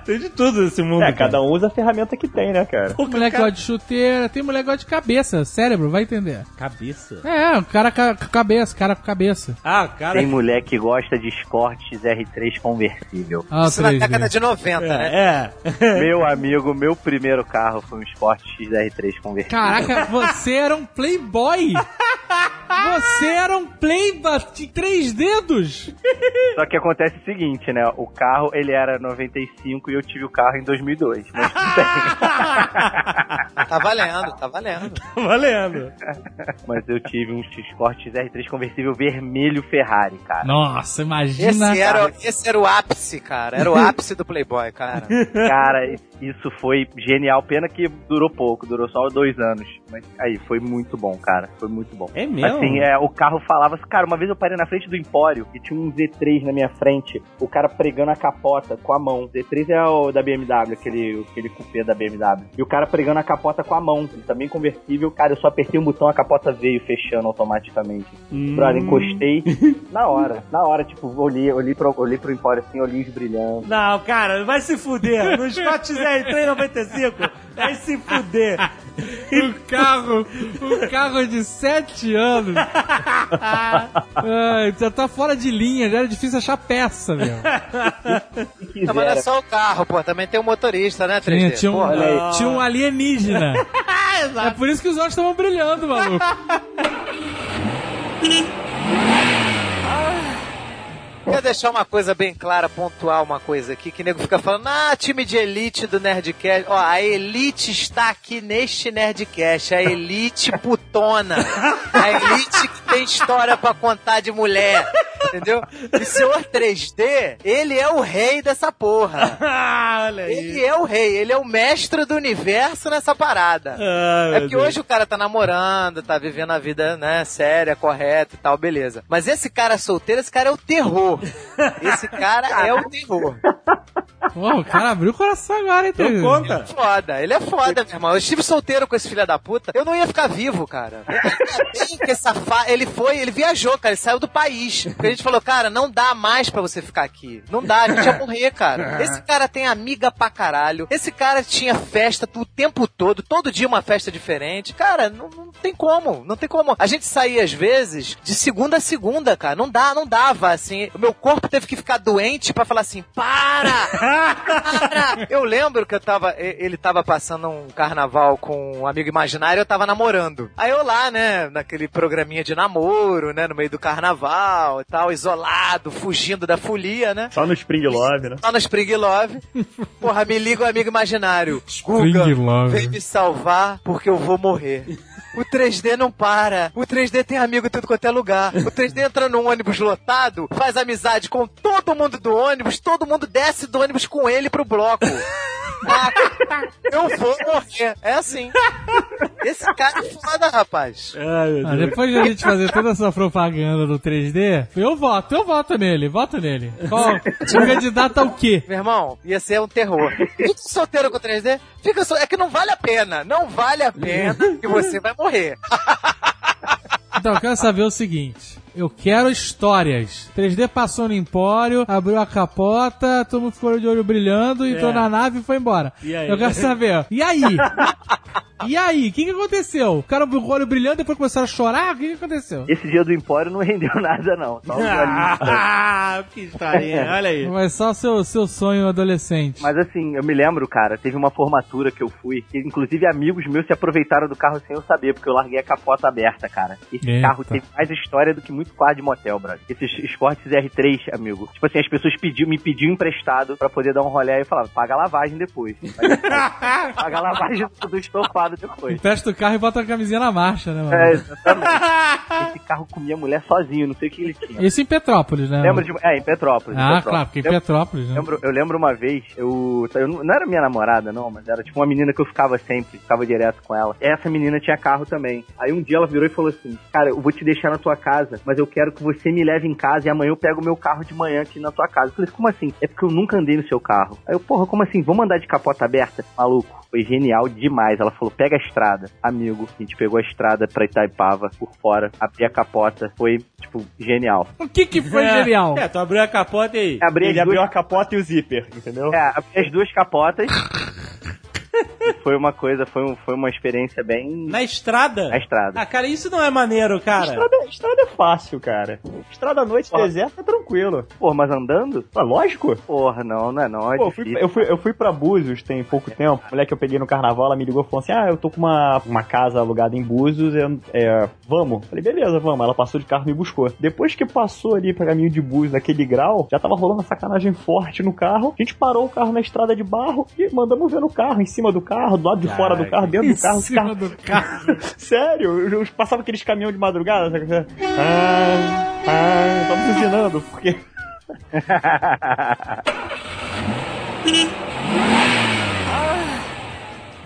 Tem de tudo nesse mundo. É, cada um usa a ferramenta que tem, né, cara? um. Tem mulher que gosta de chuteira, tem mulher que gosta de cabeça, cérebro, vai entender. Cabeça. É, o cara ca- com cabeça, cara com cabeça. Ah, cara. Tem mulher que gosta de escortes R3 conversível. Ah, Isso na 3D. década de 90, né? É, é. meu amigo, meu primeiro carro foi um Sport XR3 conversível. Caraca, você era um playboy! Você era um playboy de três dedos! Só que acontece o seguinte, né? O carro, ele era 95 e eu tive o carro em 2002. Mas Tá valendo, tá valendo. valendo. Mas eu tive um X-Sport XR3 conversível vermelho Ferrari, cara. Nossa, imagina. Esse é- era, esse era o ápice, cara. Era o ápice do Playboy, cara. Cara, isso foi genial. Pena que durou pouco, durou só dois anos. Mas aí, foi muito bom, cara. Foi muito bom. É mesmo? Assim, é, o carro falava assim, cara, uma vez eu parei na frente do Empório e tinha um Z3 na minha frente, o cara pregando a capota com a mão. Z3 é o da BMW, aquele, aquele cupê da BMW. E o cara pregando a capota com a mão, ele também conversível. Cara, eu só apertei um botão, a capota veio fechando automaticamente. Hum. Brother, encostei na hora, na hora, tipo, olhei, olhei, pro, olhei pro Empório assim, olhinhos brilhando. Não, cara, vai se fuder. No Spot 0395, vai se fuder. Um carro, um carro de sete anos. Ai, já tá fora de linha, já era difícil achar peça, meu. Não, mas não é só o carro, pô. Também tem o motorista, né, 3D? Tinha, tinha, Porra, olha aí. um, tinha um alienígena. é por isso que os olhos estavam brilhando, maluco. Quero deixar uma coisa bem clara, pontuar uma coisa aqui, que o nego fica falando, ah, time de elite do Nerdcast. Ó, a elite está aqui neste Nerdcast, a elite putona. A elite que tem história pra contar de mulher. Entendeu? E senhor 3D, ele é o rei dessa porra. Ah, olha aí. Ele é o rei, ele é o mestre do universo nessa parada. Ah, É meu porque Deus. hoje o cara tá namorando, tá vivendo a vida, né, séria, correta e tal, beleza. Mas esse cara solteiro, esse cara é o terror. Esse cara é o terror. Pô, o cara abriu o coração agora, hein, Então Teve? conta. Foda, ele é foda, meu irmão. Eu estive solteiro com esse filho da puta. Eu não ia ficar vivo, cara. Ainda bem que essa fa... Ele foi, ele viajou, cara, ele saiu do país. Porque a gente falou, cara, não dá mais pra você ficar aqui. Não dá, a gente ia morrer, cara. Esse cara tem amiga pra caralho. Esse cara tinha festa o tempo todo, todo dia uma festa diferente. Cara, não, não tem como, não tem como. A gente saía às vezes de segunda a segunda, cara. Não dá, não dava, assim. O meu corpo teve que ficar doente pra falar assim, para! Cara, eu lembro que eu tava. e- Ele tava passando um carnaval com um amigo imaginário e eu tava namorando. Aí eu lá, né, naquele programinha de namoro, né, no meio do carnaval e tal, isolado, fugindo da folia, né? Só no Spring Love, né? Lá no Spring Love. Porra, me liga o amigo imaginário. Spring Guga, Love. vem me salvar porque eu vou morrer. O 3D não para. O 3D tem amigo em tudo quanto é lugar. O 3D entra num ônibus lotado, faz amizade com todo mundo do ônibus, todo mundo desce do ônibus com ele pro bloco. Ah, eu vou morrer. É assim. Esse cara é foda, rapaz. Ah, depois de a gente fazer toda essa propaganda no 3D, eu voto, eu voto nele, voto nele. Qual? O candidato ao quê? Meu irmão, ia ser um terror. Fica solteiro com 3D? Fica sol... É que não vale a pena. Não vale a pena que você vai morrer. Então, eu quero saber o seguinte. Eu quero histórias. 3D passou no empório, abriu a capota, todo mundo ficou de olho brilhando, entrou É. na nave e foi embora. E aí? Eu quero saber. E aí? e aí? O que, que aconteceu? O cara abriu o olho brilhando, depois começaram a chorar? O que, que aconteceu? Esse dia do Empório não rendeu nada, não. Só um golinho. Ah, que historinha, olha aí. Mas só seu, seu sonho adolescente. Mas assim, eu me lembro, cara, teve uma formatura que eu fui, que inclusive amigos meus se aproveitaram do carro sem eu saber, porque eu larguei a capota aberta, cara. Esse Eita. carro teve mais história do que muito quarto de motel, brother. Esses Escortes R3, amigo. Tipo assim, as pessoas pediam, me pediam emprestado pra poder dar um rolê aí e falavam, paga a lavagem depois. assim, paga a lavagem do- do estofado depois. Empresta o carro e bota a camisinha na marcha, né, mano? É, exatamente. Esse carro comia mulher sozinho, não sei o que ele tinha. Isso em Petrópolis, né? Lembro de. É, em Petrópolis. em Ah, Petrópolis. claro, porque em Lembro- Petrópolis, né? Lembro, eu lembro uma vez, eu, eu não não era minha namorada, não, mas era tipo uma menina que eu ficava sempre, ficava direto com ela. Essa menina tinha carro também. Aí um dia ela virou e falou assim: Cara, eu vou te deixar na tua casa, mas eu quero que você me leve em casa e amanhã eu pego meu carro de manhã aqui na tua casa. Eu falei, como assim? É porque eu nunca andei no seu carro. Aí eu, porra, como assim? Vamos andar de capota aberta? Maluco, foi genial demais. Ela falou: pega a estrada. Amigo, a gente pegou a estrada pra Itaipava por fora, abri a capota. Foi, tipo, genial. O que que foi É, genial? É, tu abriu a capota e aí. Abri as Ele duas abriu a capota e o zíper, entendeu? É, abri as duas capotas. foi uma coisa, foi, um- foi uma experiência bem Na estrada? na estrada. Ah, cara, isso não é maneiro, cara. Estrada, estrada é fácil, cara. Estrada à noite, Ó. deserta, é tranquilo. Porra, mas andando? Ah, lógico. Porra, não, não é não, é Pô, eu fui, difícil. eu, fui, eu fui pra Búzios tem pouco tempo. A mulher que eu peguei no carnaval, ela me ligou e falou assim: Ah, eu tô com uma, uma casa alugada em Búzios, é, é, vamos. Falei, beleza, vamos. Ela passou de carro e me buscou. Depois que passou ali pra caminho de Búzios, naquele grau, já tava rolando uma sacanagem forte no carro. A gente parou o carro na estrada de barro e mandamos ver no carro, em cima do carro, do lado de fora do carro, dentro Em do carro. Os cima carros- do carro. Sério, eu, eu passava aqueles caminhões de madrugada, sabe? é? Ah, ah, tava buzinando, porque.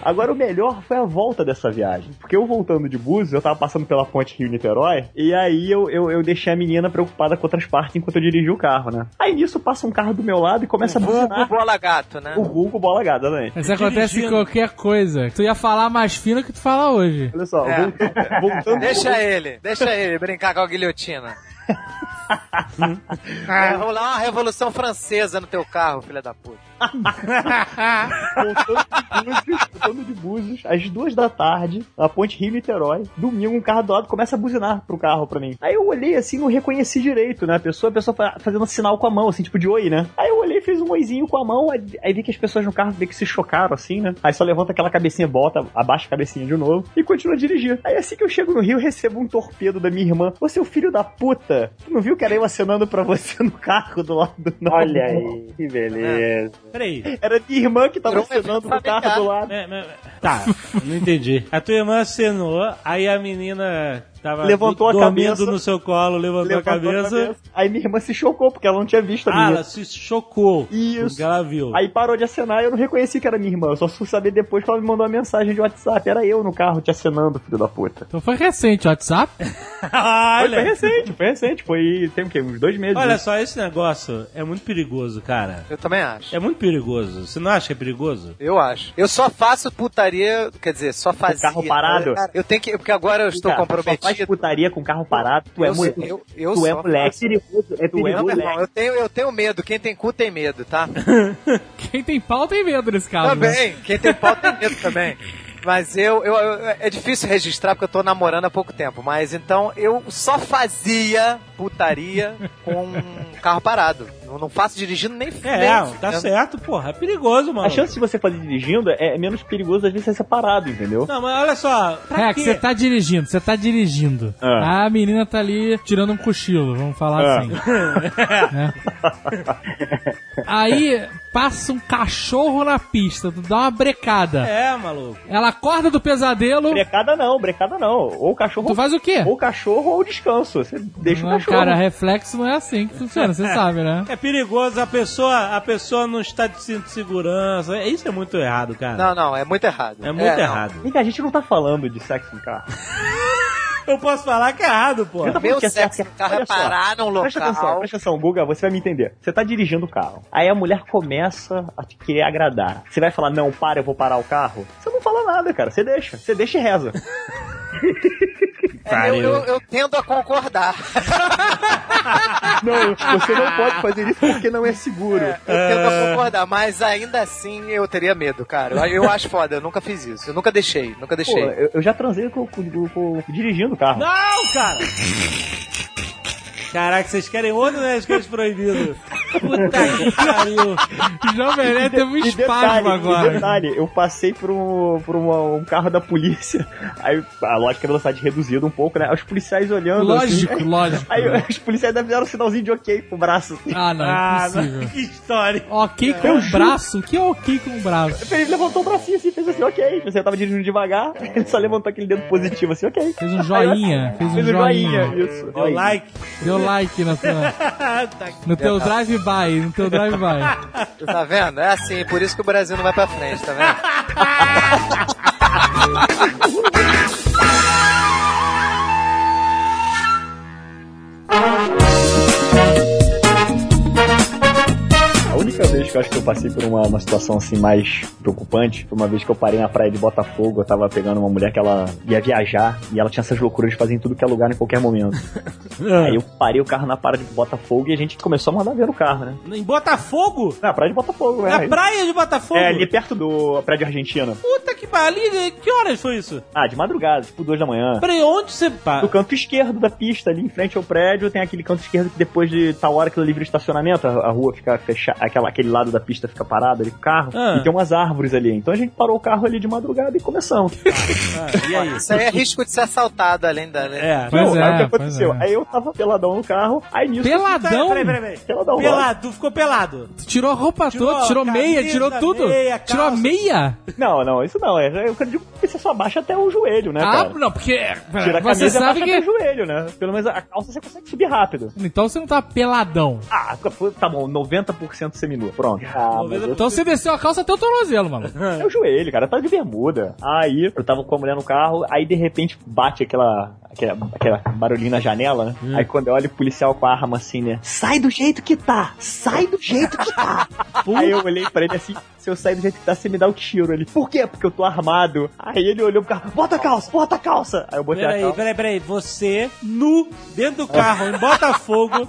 Agora, o melhor foi a volta dessa viagem. Porque eu voltando de Búzios, eu tava passando pela ponte Rio-Niterói, e aí eu, eu, eu deixei a menina preocupada com outras partes enquanto eu dirigi o carro, né? Aí nisso passa um carro do meu lado e começa a Vulgo Tá? buzinar bola gato, né? o Google bola gada, né? Mas acontece em qualquer coisa. Tu ia falar mais fino que tu fala hoje. Olha só, É. voltando, voltando Deixa ele, deixa ele brincar com a guilhotina. Vai rolar uma revolução francesa no teu carro, filha da puta. voltando de Búzios, voltando de Búzios, às duas da tarde, na ponte Rio-Niterói, domingo, um carro do lado começa a buzinar pro carro pra mim. Aí eu olhei assim, não reconheci direito, né? A pessoa, a pessoa fa- fazendo sinal com a mão, assim, tipo de oi, né? Aí eu olhei, fez um oizinho com a mão, aí, aí vi que as pessoas no carro meio que se chocaram, assim, né? Aí só levanta aquela cabecinha, bota, abaixa a cabecinha de novo e continua a dirigir. Aí assim que eu chego no Rio, recebo um torpedo da minha irmã. Ô, seu filho da puta, tu não viu que era eu acenando pra você no carro do lado? Não. Olha aí, que beleza. Peraí. Era minha irmã que tava Virou um evento acenando no carro familiar. do lado. É, mas- Tá, não entendi. A tua irmã acenou, aí a menina Tava Levantou a dormindo cabeça. no seu colo, levantou, Levantou a cabeça. Aí minha irmã se chocou, porque ela não tinha visto a Ah, menina. ela se chocou. Isso. Ela viu. Aí parou de acenar e eu não reconheci que era minha irmã. Eu só fui saber depois que ela me mandou uma mensagem de WhatsApp. Era eu no carro te acenando, filho da puta. Então foi recente o WhatsApp. Foi, foi Olha, recente, foi recente. Foi, tem o quê? Uns dois meses. olha né? só, esse negócio é muito perigoso, cara. Eu também acho. É muito perigoso. Você não acha que é perigoso? Eu acho. Eu só faço putaria, quer dizer, só fazia. carro parado? Cara, Eu tenho que, porque agora eu estou Cara, Só faz comprometido. putaria com carro parado. Tu é eu, moleque. eu, eu tu é só moleque. faço- É Tu é perigoso, moleque. Eu tenho, eu tenho medo. Quem tem cu tem medo, tá? Quem tem pau tem medo nesse Tá caso. né? Também, Tá quem tem pau tem medo também. Mas eu, eu, eu- É difícil registrar porque eu tô namorando há pouco tempo. Mas então eu só fazia putaria com um carro parado. Eu não faço dirigindo nem É, nem- tá certo, porra. É perigoso, mano. A chance de você fazer dirigindo é é menos perigoso, às vezes, você ser separado, entendeu? Não, mas olha só. Pra É, que quê? você tá dirigindo, você tá dirigindo. Ah. A menina tá ali tirando um cochilo, vamos falar Ah. assim. Né? Aí passa um cachorro na pista, tu dá uma brecada. É, maluco. Ela acorda do pesadelo, Brecada não, brecada não. Ou o cachorro. tu faz o quê? Ou o cachorro ou o descanso. Você deixa o Não, cachorro. cara, reflexo não é assim que funciona, você sabe, né? É perigoso, a pessoa, a pessoa não está de cinto de segurança. Isso é muito errado, cara. Não, não, é muito errado. É muito não. errado. Vem cá, a gente não tá falando de sexo no carro. Eu posso falar que é errado, pô. Eu tô- Meu Porque, sexo assim, no carro é olha só, parar num Presta atenção, local. presta atenção, Guga, você vai me entender. Você tá dirigindo o carro. Aí a mulher começa a te querer agradar. Você vai falar, não, para, eu vou parar o carro. Você não fala nada, cara. Você deixa. Você deixa e reza. É, eu, eu, eu tendo a concordar. não, você não pode fazer isso porque não é seguro. Eu tendo É. a concordar, mas ainda assim eu teria medo, cara. Eu, eu acho foda, eu nunca fiz isso. Eu nunca deixei, nunca Pô, deixei. eu, eu já transei com, com- com- com- dirigindo o carro. Não, cara! Caraca, vocês querem outro é Nerdcast proibido? Puta que pariu! Jovem Nerd teve um E espasmo e agora. detalhe, eu passei por um, por uma- um carro da polícia, aí a lógica é velocidade reduzida um pouco, né? Os policiais olhando Lógico, assim, lógico. aí os policiais ainda fizeram um sinalzinho de ok pro braço. assim. Ah, não, Ah, impossível. não, que história! Ok com o braço? O que é ok com o braço? Ele levantou o bracinho assim, fez assim, ok. Você tava dirigindo devagar, ele só levantou aquele dedo positivo assim, ok. Fez um joinha, fez um Fez um joinha, joinha. isso. Deu like! Deu like na tua- Tá no teu drive-by, no teu drive-by. Tá vendo? É assim, por isso que o Brasil não vai pra frente, tá vendo? A única vez que eu acho que eu passei por uma, uma situação assim mais preocupante foi uma vez que eu parei na praia de Botafogo. Eu tava pegando uma mulher que ela ia viajar e ela tinha essas loucuras de fazer em tudo que é lugar em qualquer momento. Aí eu parei o carro na praia de Botafogo e a gente começou a mandar ver o carro, né? Em Botafogo? Na praia de Botafogo, É né? Na praia de Botafogo? É, ali perto do a praia de Argentina. Puta que pariu! ali- Que horas foi isso? Ah, de madrugada, tipo duas da manhã. Peraí, onde você... pá? Do canto esquerdo da pista, ali em frente ao prédio, tem aquele canto esquerdo que depois de tal hora que é livre estacionamento, a, a rua fica fechada, aquela, aquele lado da pista fica parado ali com o carro, Ah. e tem umas árvores ali. Então a gente parou o carro ali de madrugada e começamos. Ah, e aí? Isso aí é risco de ser assaltado além da. Além É, Pois Não, é, aí o que pois aconteceu? é. Aí eu tava peladão no carro, aí nisso. Então, Peladão? Peraí, peraí, peraí. Peladão, Pelado, tu ficou pelado. Tu Tirou a roupa Tirou toda, tirou meia, camisa, tirou tudo. meia, calça. tirou a meia? Não, não, isso não. É, eu digo que você só baixa até o joelho, né? ah, cara? não, porque Tira você a camisa e sabe baixa até o que... joelho, né? Pelo menos a calça você consegue subir rápido. Então você não tá peladão. Ah, tá bom, 90% seminu. Pronto. Ah, mas eu- Então você desceu a calça até o tornozelo, mano. É o joelho, cara. Tá de bermuda. Aí, eu tava com a mulher no carro, aí de repente bate aquela. Aquela, aquela barulhinho na janela, né? Aí quando eu olho o policial com a arma assim, né? Sai do jeito que tá! Sai do jeito que tá! aí eu olhei pra ele assim: se eu sair do jeito que tá, você me dá o tiro. Ele, por quê? Porque eu tô armado. Aí ele olhou pro carro: bota a calça, bota a calça! Aí eu botei a Peraí, calça. peraí, peraí. Você, nu, dentro do carro, em Botafogo,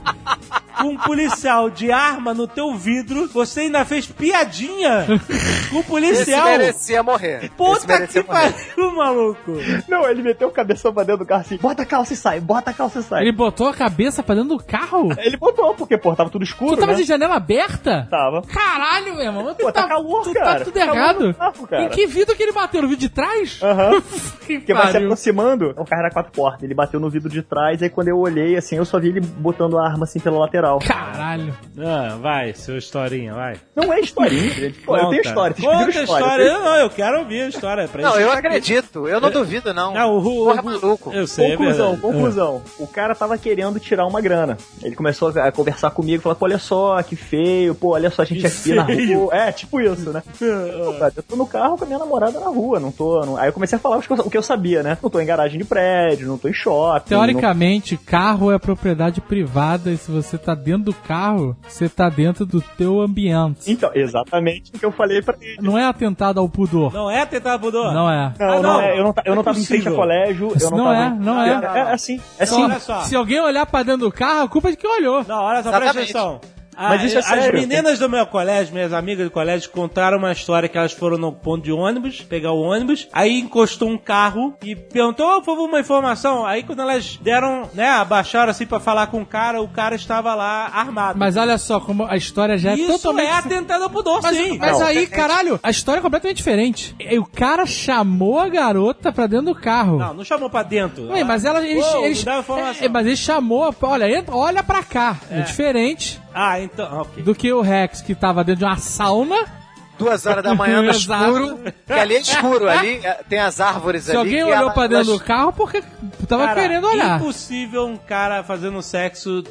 com um policial de arma no teu vidro, você ainda fez piadinha com é o Esse policial. merecia morrer. Esse Puta merecia que pariu, maluco. Não, ele meteu o cabeção pra dentro do carro assim: bota a calça e sai, bota a calça e sai. Ele Ele, botou a cabeça pra dentro do carro? botou, porque, pô, tava tudo escuro. Tu tava né? de janela aberta? Tava. Caralho, meu irmão. Tu, Pô, tá tá, calor, tu cara. tá tudo Tá calor errado. no carro, cara. Em que vidro que ele bateu? No vidro de trás? Aham. que Porque vai se pariu. aproximando, o carro era quatro portas. Ele bateu no vidro de trás, aí quando eu olhei, assim, eu só vi ele botando a arma assim pela lateral. geral. Caralho. Ah, vai, seu historinha, vai. Não é historinha, gente. Pô, eu tenho Conta. história, vocês Conta pediram a história. história. Eu, não, eu quero ouvir a história. é Pra Não, isso. tá eu acredito. Eu não duvido, não. É. Não, o, o, Porra, o- maluco. Eu sei, é conclusão, verdade. conclusão. O cara tava querendo tirar uma grana. Ele começou a conversar comigo, falar, pô, olha só, que feio, pô, olha só, a gente Que aqui na feio. É. rua. É, tipo isso, né? Pô, cara, eu tô no carro com a minha namorada na rua, não tô. não- Aí eu comecei a falar os que eu- o que eu sabia, né? Não tô em garagem de prédio, não tô em shopping. Teoricamente, carro é propriedade privada e se você tá dentro do carro, você tá dentro do teu não- ambiente. Então, exatamente o que eu falei pra ele. Não é atentado ao pudor. Não é tentar mudou? Não, é. Não, Ah, não, não. é, eu não, ta- eu não É tava em possível. frente a colégio, eu não, Não tava. é, não é. É, é assim, é Não, assim. olha só. Se alguém olhar pra dentro do carro, a culpa é de quem olhou. Não, olha só, presta Exatamente. atenção. A- Mas isso é as sério. meninas do meu colégio, minhas amigas do colégio, contaram uma história que elas foram no ponto de ônibus, pegar o ônibus, aí encostou um carro e perguntou, "Ô, por favor, uma informação. Aí quando elas deram, né, abaixaram assim pra falar com o cara, o cara estava lá armado. Mas olha só como a história já é Isso totalmente. é atentado ao pudor, Mas, sim. mas Não. aí, caralho, a história é completamente diferente. E O cara chamou a garota pra dentro do carro. Não, não chamou pra dentro. Ué, mas ela, eles, Uou, eles- me dá informação. é, mas ele chamou, olha, entra, olha pra cá. É. diferente Ah, então, ok. do que o Rex que tava dentro de uma sauna. Duas horas da manhã no Exato. escuro. Que ali é escuro, ali é, tem as árvores Se ali. alguém que olhou ela- pra dentro elas- do carro porque tava Cara, querendo olhar. Impossível um cara fazendo sexo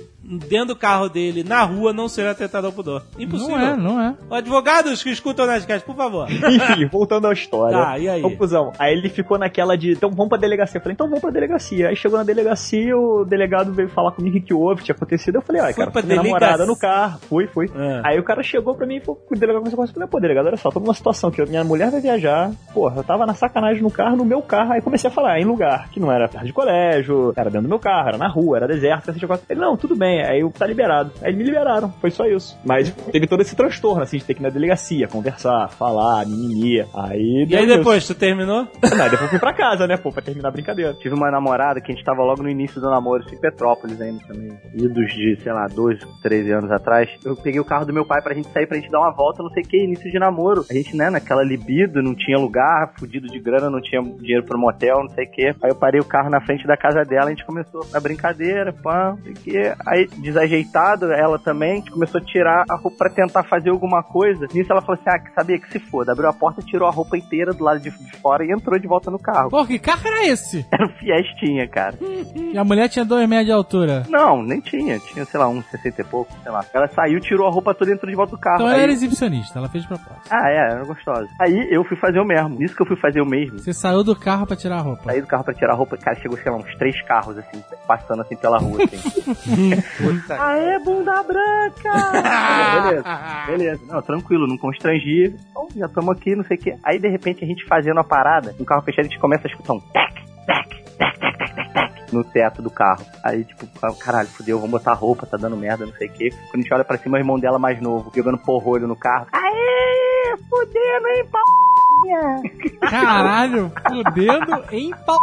dentro do carro dele, na rua, não ser atentado ao pudor. Impossível. Não é, não é. Advogados que escutam o Nerdcast, por favor. Enfim, assim, voltando à história. Tá, e aí? Conclusão. Aí ele ficou naquela de, então vamos pra delegacia. Eu falei, então vamos pra delegacia. Aí chegou na delegacia, o delegado veio falar comigo o que houve, o que tinha acontecido. Eu falei, ai, Foi cara, pra foi minha delegacia? namorada no carro. Fui, fui. É. Aí o cara chegou pra mim e falou, o delegado começou a conversar. Eu falei, pô, delegado, olha só, tô numa situação que minha mulher vai viajar. Porra, eu tava na sacanagem no carro, no meu carro. Aí comecei a falar, em lugar que não era perto de colégio, era dentro do meu carro, era na rua, era deserto, cacete, quatro. Ele, não, tudo bem. Aí eu, tá liberado. Aí me liberaram, foi só isso. Mas teve todo esse transtorno, assim, de ter que ir na delegacia, conversar, falar, mimimi. Aí E aí deu- depois, tu terminou? Não, depois fui pra casa, né, pô, pra terminar a brincadeira. Tive uma namorada que a gente tava logo no início do namoro, assim, em Petrópolis ainda também. Idos de, sei lá, 12, 13 anos atrás. Eu peguei o carro do meu pai pra gente sair, pra gente dar uma volta, não sei o que, início de namoro. A gente, né, naquela libido, não tinha lugar, fudido de grana, não tinha dinheiro pro motel, não sei o que. Aí eu parei o carro na frente da casa dela, a gente começou a brincadeira, pá, não sei o que. Aí, desajeitado, ela também, a gente começou a tirar a roupa pra tentar fazer alguma coisa. Nisso ela falou assim, ah, que sabia que se foda. Abriu a porta, tirou a roupa inteira do lado de de fora e entrou de volta no carro. Pô, que carro era esse? Era um fiestinha, cara. E a mulher tinha dois metros de altura. Não, nem tinha. Tinha, sei lá, uns 60 e pouco, sei lá. Ela saiu, tirou a roupa toda e entrou de volta do Ah, carro. Então ela Aí- era exibicionista, ela fez de propósito. Ah, é, era gostosa. Aí eu fui fazer o mesmo. Isso que eu fui fazer o mesmo. Você saiu do carro pra tirar a roupa. Saí do carro pra tirar a roupa, cara, chegou, sei lá, uns três carros, assim, passando assim pela rua, assim. Puta, Aê, bunda branca! beleza, beleza. Não, tranquilo, não constrangi. Bom, já estamos aqui, não sei o quê. Aí, de repente, a gente fazendo a parada, um carro fechado, a gente começa a escutar um tac, tac, tac, tac, tac, tac, tac, no teto do carro. Aí, tipo, caralho, fudeu, vamos botar roupa, tá dando merda, não sei o quê. Quando a gente olha pra cima, o irmão dela mais novo, jogando porrolho no carro. Aê, fudendo, hein, pau! Caralho, fudendo em pau.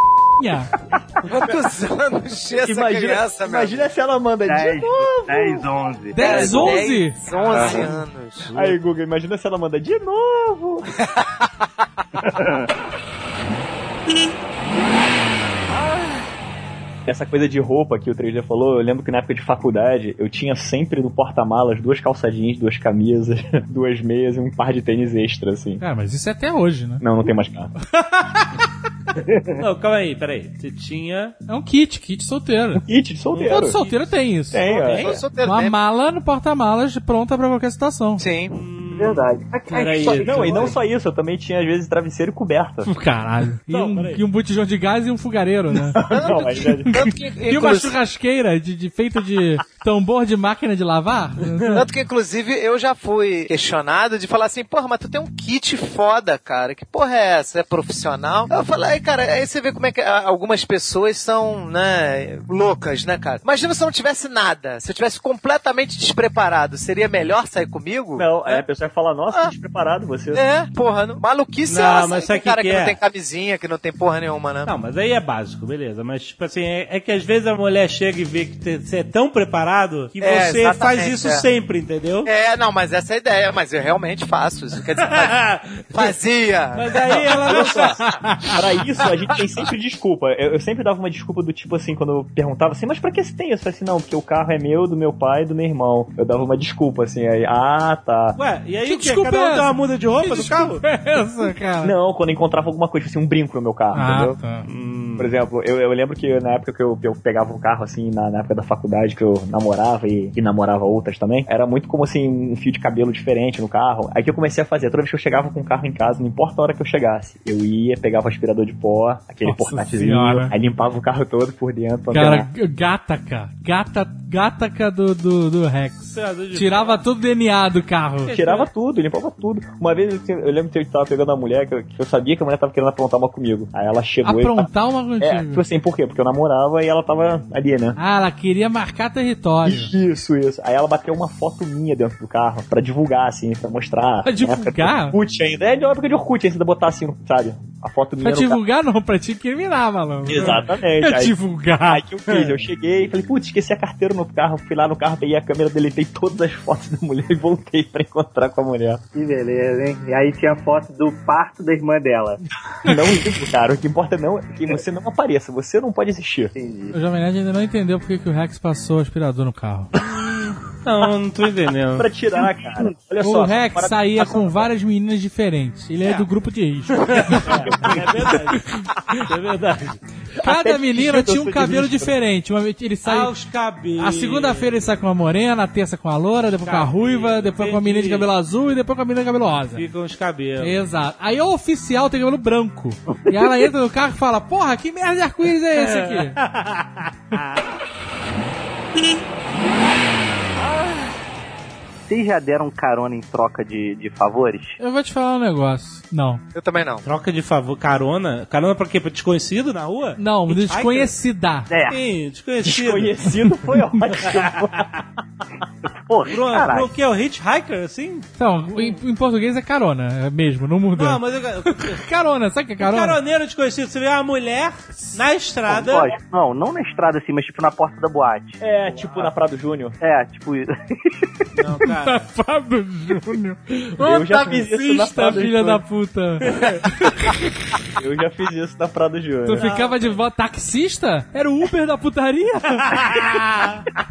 quantos anos tinha essa Imagina, criança, meu? imagina se ela manda de 10, novo. 10, 11. 10, 11? 11 anos. Aí, Google, imagina se ela manda de novo. Essa coisa de roupa que o 3D falou, eu lembro que na época de faculdade eu tinha sempre no porta-malas duas calça jeans, duas camisas, duas meias e um par de tênis extra, assim. Cara, mas isso é até hoje, né? Não, não tem mais carro. Não, calma aí, peraí. Você tinha. É um kit, kit solteiro. Kit de solteiro. Todo solteiro tem isso. Tem, ó. Eu sou solteiro, Uma né? mala no porta-malas pronta pra qualquer situação. Sim. Verdade. Peraí. Não, e não só isso, eu também tinha às vezes travesseiro e coberta. Caralho. E, Não, um, peraí. e um botijão de gás e um fogareiro, né? Não, mas Tanto que, E uma inclusive, churrasqueira de, de feito de tambor de máquina de lavar? tanto que, inclusive, eu já fui questionado de falar assim, porra, mas tu tem um kit foda, cara. Que porra é essa? É profissional? Eu falei, cara, aí você vê como é que ah, algumas pessoas são, né, loucas, né, cara? Imagina se eu não tivesse nada. Se eu tivesse completamente despreparado, seria melhor sair comigo? Não, é, a pessoa vai falar, nossa, que despreparado você. É, porra, não- maluquice Não, é essa. mas Tem sabe o que cara que que, é? não tem camisinha, que não tem porra nenhuma, né? Não, mas aí é básico, beleza. Mas, tipo assim, é, é que às vezes a mulher chega e vê que te- você é tão preparado que você É, faz exatamente, isso é. sempre, entendeu? É, não, mas essa é a ideia, mas eu realmente faço isso. Quer dizer, faz- fazia. Mas aí ela não só. Pra isso, a gente tem sempre desculpa. Eu, eu sempre dava uma desculpa do tipo assim, quando eu perguntava assim, mas pra que você tem isso? Eu falei assim, não, porque o carro é meu, do meu pai e do meu irmão. Eu dava uma desculpa assim, aí, ah, tá. Ué, e aí Que o que? desculpa Cada é um essa? é dá uma muda de roupa do carro? Essa, cara. Não, quando eu encontrava alguma coisa, tipo assim, um brinco no meu carro, Ah, entendeu? tá. Por exemplo, eu, eu lembro que na época que eu, que eu pegava o carro, assim, na, na época da faculdade, que eu namorava e, e namorava outras também, era muito como, assim, um fio de cabelo diferente no carro. Aí que eu comecei a fazer, toda vez que eu chegava com o carro em casa, não importa a hora que eu chegasse, eu ia, pegava o aspirador de pó, aquele Nossa portátilzinho, Senhora. aí limpava o carro todo por dentro. pra Cara, ver. gataca. Gata, gataca do, do, do Rex. Tirar. Tirava todo o DNA do carro. Tirava tudo, limpava tudo. Uma vez assim, eu lembro que eu tava pegando a mulher, que eu, que eu sabia que a mulher tava querendo aprontar uma comigo. Aí ela chegou e. Aprontar uma É, tipo contigo. assim, por quê? Porque eu namorava e ela tava ali, né? Ah, ela queria marcar território. Isso, isso. Aí ela bateu uma foto minha dentro do carro pra divulgar, assim, pra mostrar. Pra divulgar? Na época do Orkut ainda. É de época de Orkut ainda botar assim, sabe? A foto minha Pra no carro. divulgar não, pra te incriminar, maluco. Exatamente. Pra Aí, divulgar. aí que eu fiz, eu cheguei e falei, putz, esqueci a carteira no carro, fui lá no carro, peguei a câmera, deletei todas as fotos da mulher e voltei pra encontrar com a mulher. Que beleza, hein? E aí tinha foto do parto da irmã dela. Não ligo, cara. O que importa não é que você não apareça, você não pode existir. Entendi. O Jovem Nerd ainda não entendeu porque que o Rex passou o aspirador no carro. Não, eu não tô entendendo. Pra tirar, cara. Olha só. o Rex para- saía com várias meninas diferentes. Ele é, do grupo de risco. É verdade. É verdade. Cada Até menina fingindo tinha um ser cabelo sinistro. diferente. Uma vez ele sai. Aos cabelos. A segunda-feira ele sai com a morena, a terça com a loura, depois com a Cabelo, ruiva, depois com a menina de entendi. cabelo azul e depois com a menina de cabelo rosa. Ficam os cabelos. Exato. Aí o oficial tem cabelo branco. E ela entra no carro e fala: Porra, que merda de arco-íris é esse aqui? Vocês já deram carona em troca de, de favores? Eu vou te falar um negócio. Não. Eu também não. Troca de favor, carona. Carona pra quê? Pra desconhecido na rua? Não, Hitchhiker? desconhecida. É, Sim, desconhecido. Conhecido foi ótimo. pô, Bruno, caralho. o que é o hitchhiker, assim? Então, em, em português é carona, é mesmo, não muda. Não, mas eu, Carona, sabe o que é carona? Caroneiro desconhecido, você vê uma mulher na estrada. Lógico, não, não na estrada assim, mas tipo na porta da boate. É, tipo na Prado Júnior. É, tipo isso. Não, cara. Fábio Júnior. Eu Ô, já fiz isso na taxista, Prado filha Júnior. da puta. Eu já fiz isso na Prado Tu Júnior. ficava de volta taxista? Era o Uber da putaria?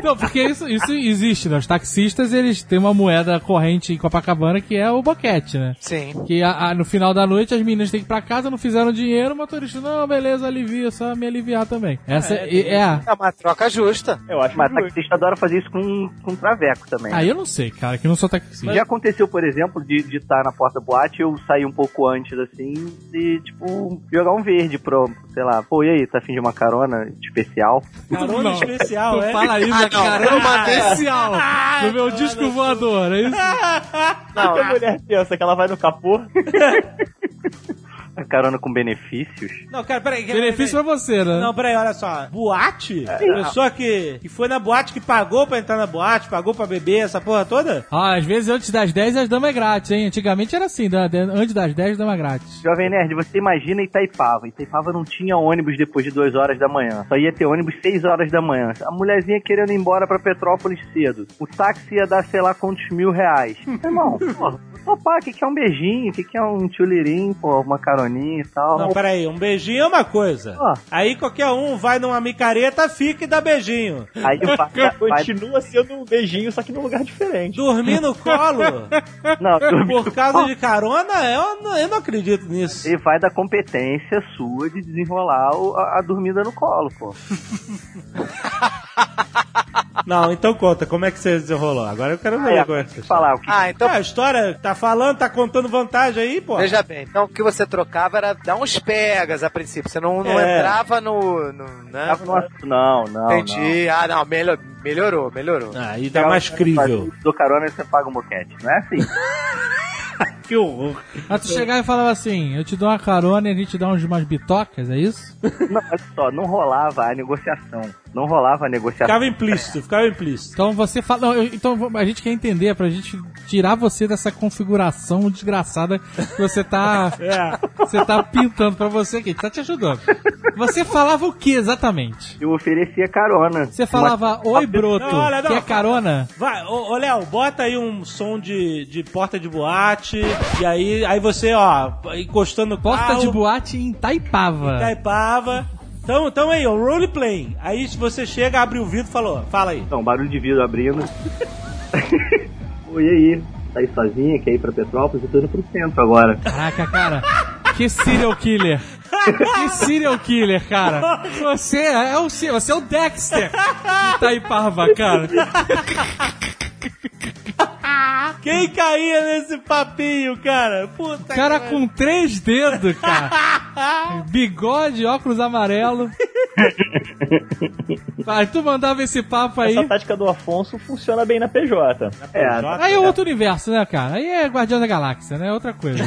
Não, porque isso, isso existe, né? Os taxistas, eles têm uma moeda corrente em Copacabana que é o boquete, né? Sim. Que a- a- no final da noite as meninas têm que ir pra casa, não fizeram dinheiro, o motorista, não, beleza, alivia, só me aliviar também. Essa é. é- É uma troca justa. Eu acho Mas justo. taxista adora fazer isso com, com traveco também. Ah, eu não sei, cara, que eu não sou taxista. Já aconteceu, por exemplo, de de estar na porta da boate, eu sair um pouco antes, assim, e, tipo, jogar um verde pro, sei lá, pô, e aí, tá afim de uma carona especial? Carona Não. especial, Tu é. fala isso, Ah, não, cara, eu uma mandei- especial no meu disco voador, é isso? Não, A mulher pensa que ela vai no capô. Uma carona com benefícios? Não, cara, peraí. peraí, Benefício pra peraí. você, né? Não, peraí, olha só. Boate? É. Pessoa que, que foi na boate, que pagou pra entrar na boate, pagou pra beber, essa porra toda? Ah, às vezes antes das 10 as damas é grátis, hein? Antigamente era assim, da- de- antes das 10 dama é grátis. Jovem Nerd, você imagina Itaipava. Itaipava não tinha ônibus depois de duas horas da manhã. Só ia ter ônibus seis horas da manhã. A mulherzinha querendo ir embora pra Petrópolis cedo. O táxi ia dar sei lá quantos mil reais. Meu Irmão, pô, topar, o que, que é um beijinho? O que, que é um tchulirim, pô, uma caroninha e tal? Não, peraí, um beijinho é uma coisa. Ah. Aí qualquer um vai numa micareta, fica e dá beijinho. Aí vai, vai, Continua sendo um beijinho, só que num lugar diferente. Dormir no colo não, É, por causa de carona, é, eu, não- eu não acredito nisso. E vai da competência sua de desenrolar o- a, a dormida no colo, pô. Não, então conta, como é que você desenrolou? Agora eu quero ver Aí, como é agora, que você falar o que Ah, então. Ah, a história tá falando, tá contando vantagem aí, pô. Veja bem, então o que você trocava era dar uns pegas a princípio. Você não, não É. entrava no. no né? tava É. no assunto. é Não, não. Entendi. Ah, não, melhor, melhorou, melhorou. Ah, aí tá mais não. crível. Do carona você paga um boquete. Não é assim. que horror. Aí tu chegava e falava assim, eu te dou uma carona e a gente dá uns umas bitocas, é isso? Não, olha só, não rolava a negociação. Não rolava a negociação. Ficava implícito, ficava implícito. Então você fala. não, eu- então a gente quer entender, pra gente tirar você dessa configuração desgraçada que você tá. É. Você tá pintando pra você aqui, a gente tá te ajudando. Você falava o que exatamente? Eu oferecia carona. Você falava, oi broto, Não, olha, não, fala- quer carona? Vai, ô, ô Léo, bota aí um som de, de porta de boate, e aí, aí você, ó, encostando o Porta carro, de boate em Taipava. Taipava. Então, então aí, o roleplay. Aí se você chega, abre o vidro e falou, fala aí. Então, barulho de vidro abrindo. Oi, e aí? Tá aí sozinha, quer ir pra Petrópolis? Eu tô indo pro centro agora. Caraca, cara. Que serial killer. Que serial killer, cara. Você é o, você é o Dexter de Taipava, cara. Quem caía nesse papinho, cara? Puta Cara que com três dedos, cara. Bigode, óculos amarelo. Vai, tu mandava esse papo aí. Essa tática do Afonso funciona bem na PJ. É, pariu. Aí é outro universo, né, cara? Aí é Guardião da Galáxia, né? É Outra coisa.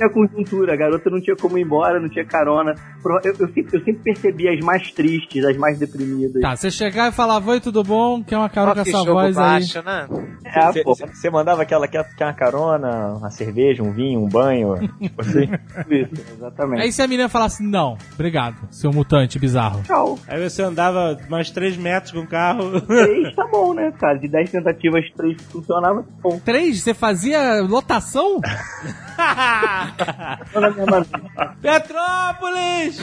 a conjuntura, a garota não tinha como ir embora, não tinha carona. Pro- Eu, eu sempre, eu sempre percebi as mais tristes, as mais deprimidas. Tá, você chegar e falar, oi, tudo bom? Quer uma carona com que essa jogo voz aí? baixo, né? É, Você- pô, Você você mandava aquela que quer uma carona, uma cerveja, um vinho, um banho. assim? Você... isso, exatamente. Aí se a menina falasse, não, obrigado, seu mutante bizarro. Tchau. Aí você andava mais 3 metros com o carro. Três tá bom, né, cara? De dez tentativas, três funcionavam, tá bom. Três, você fazia lotação? Funciona mesmo assim. Petrópolis!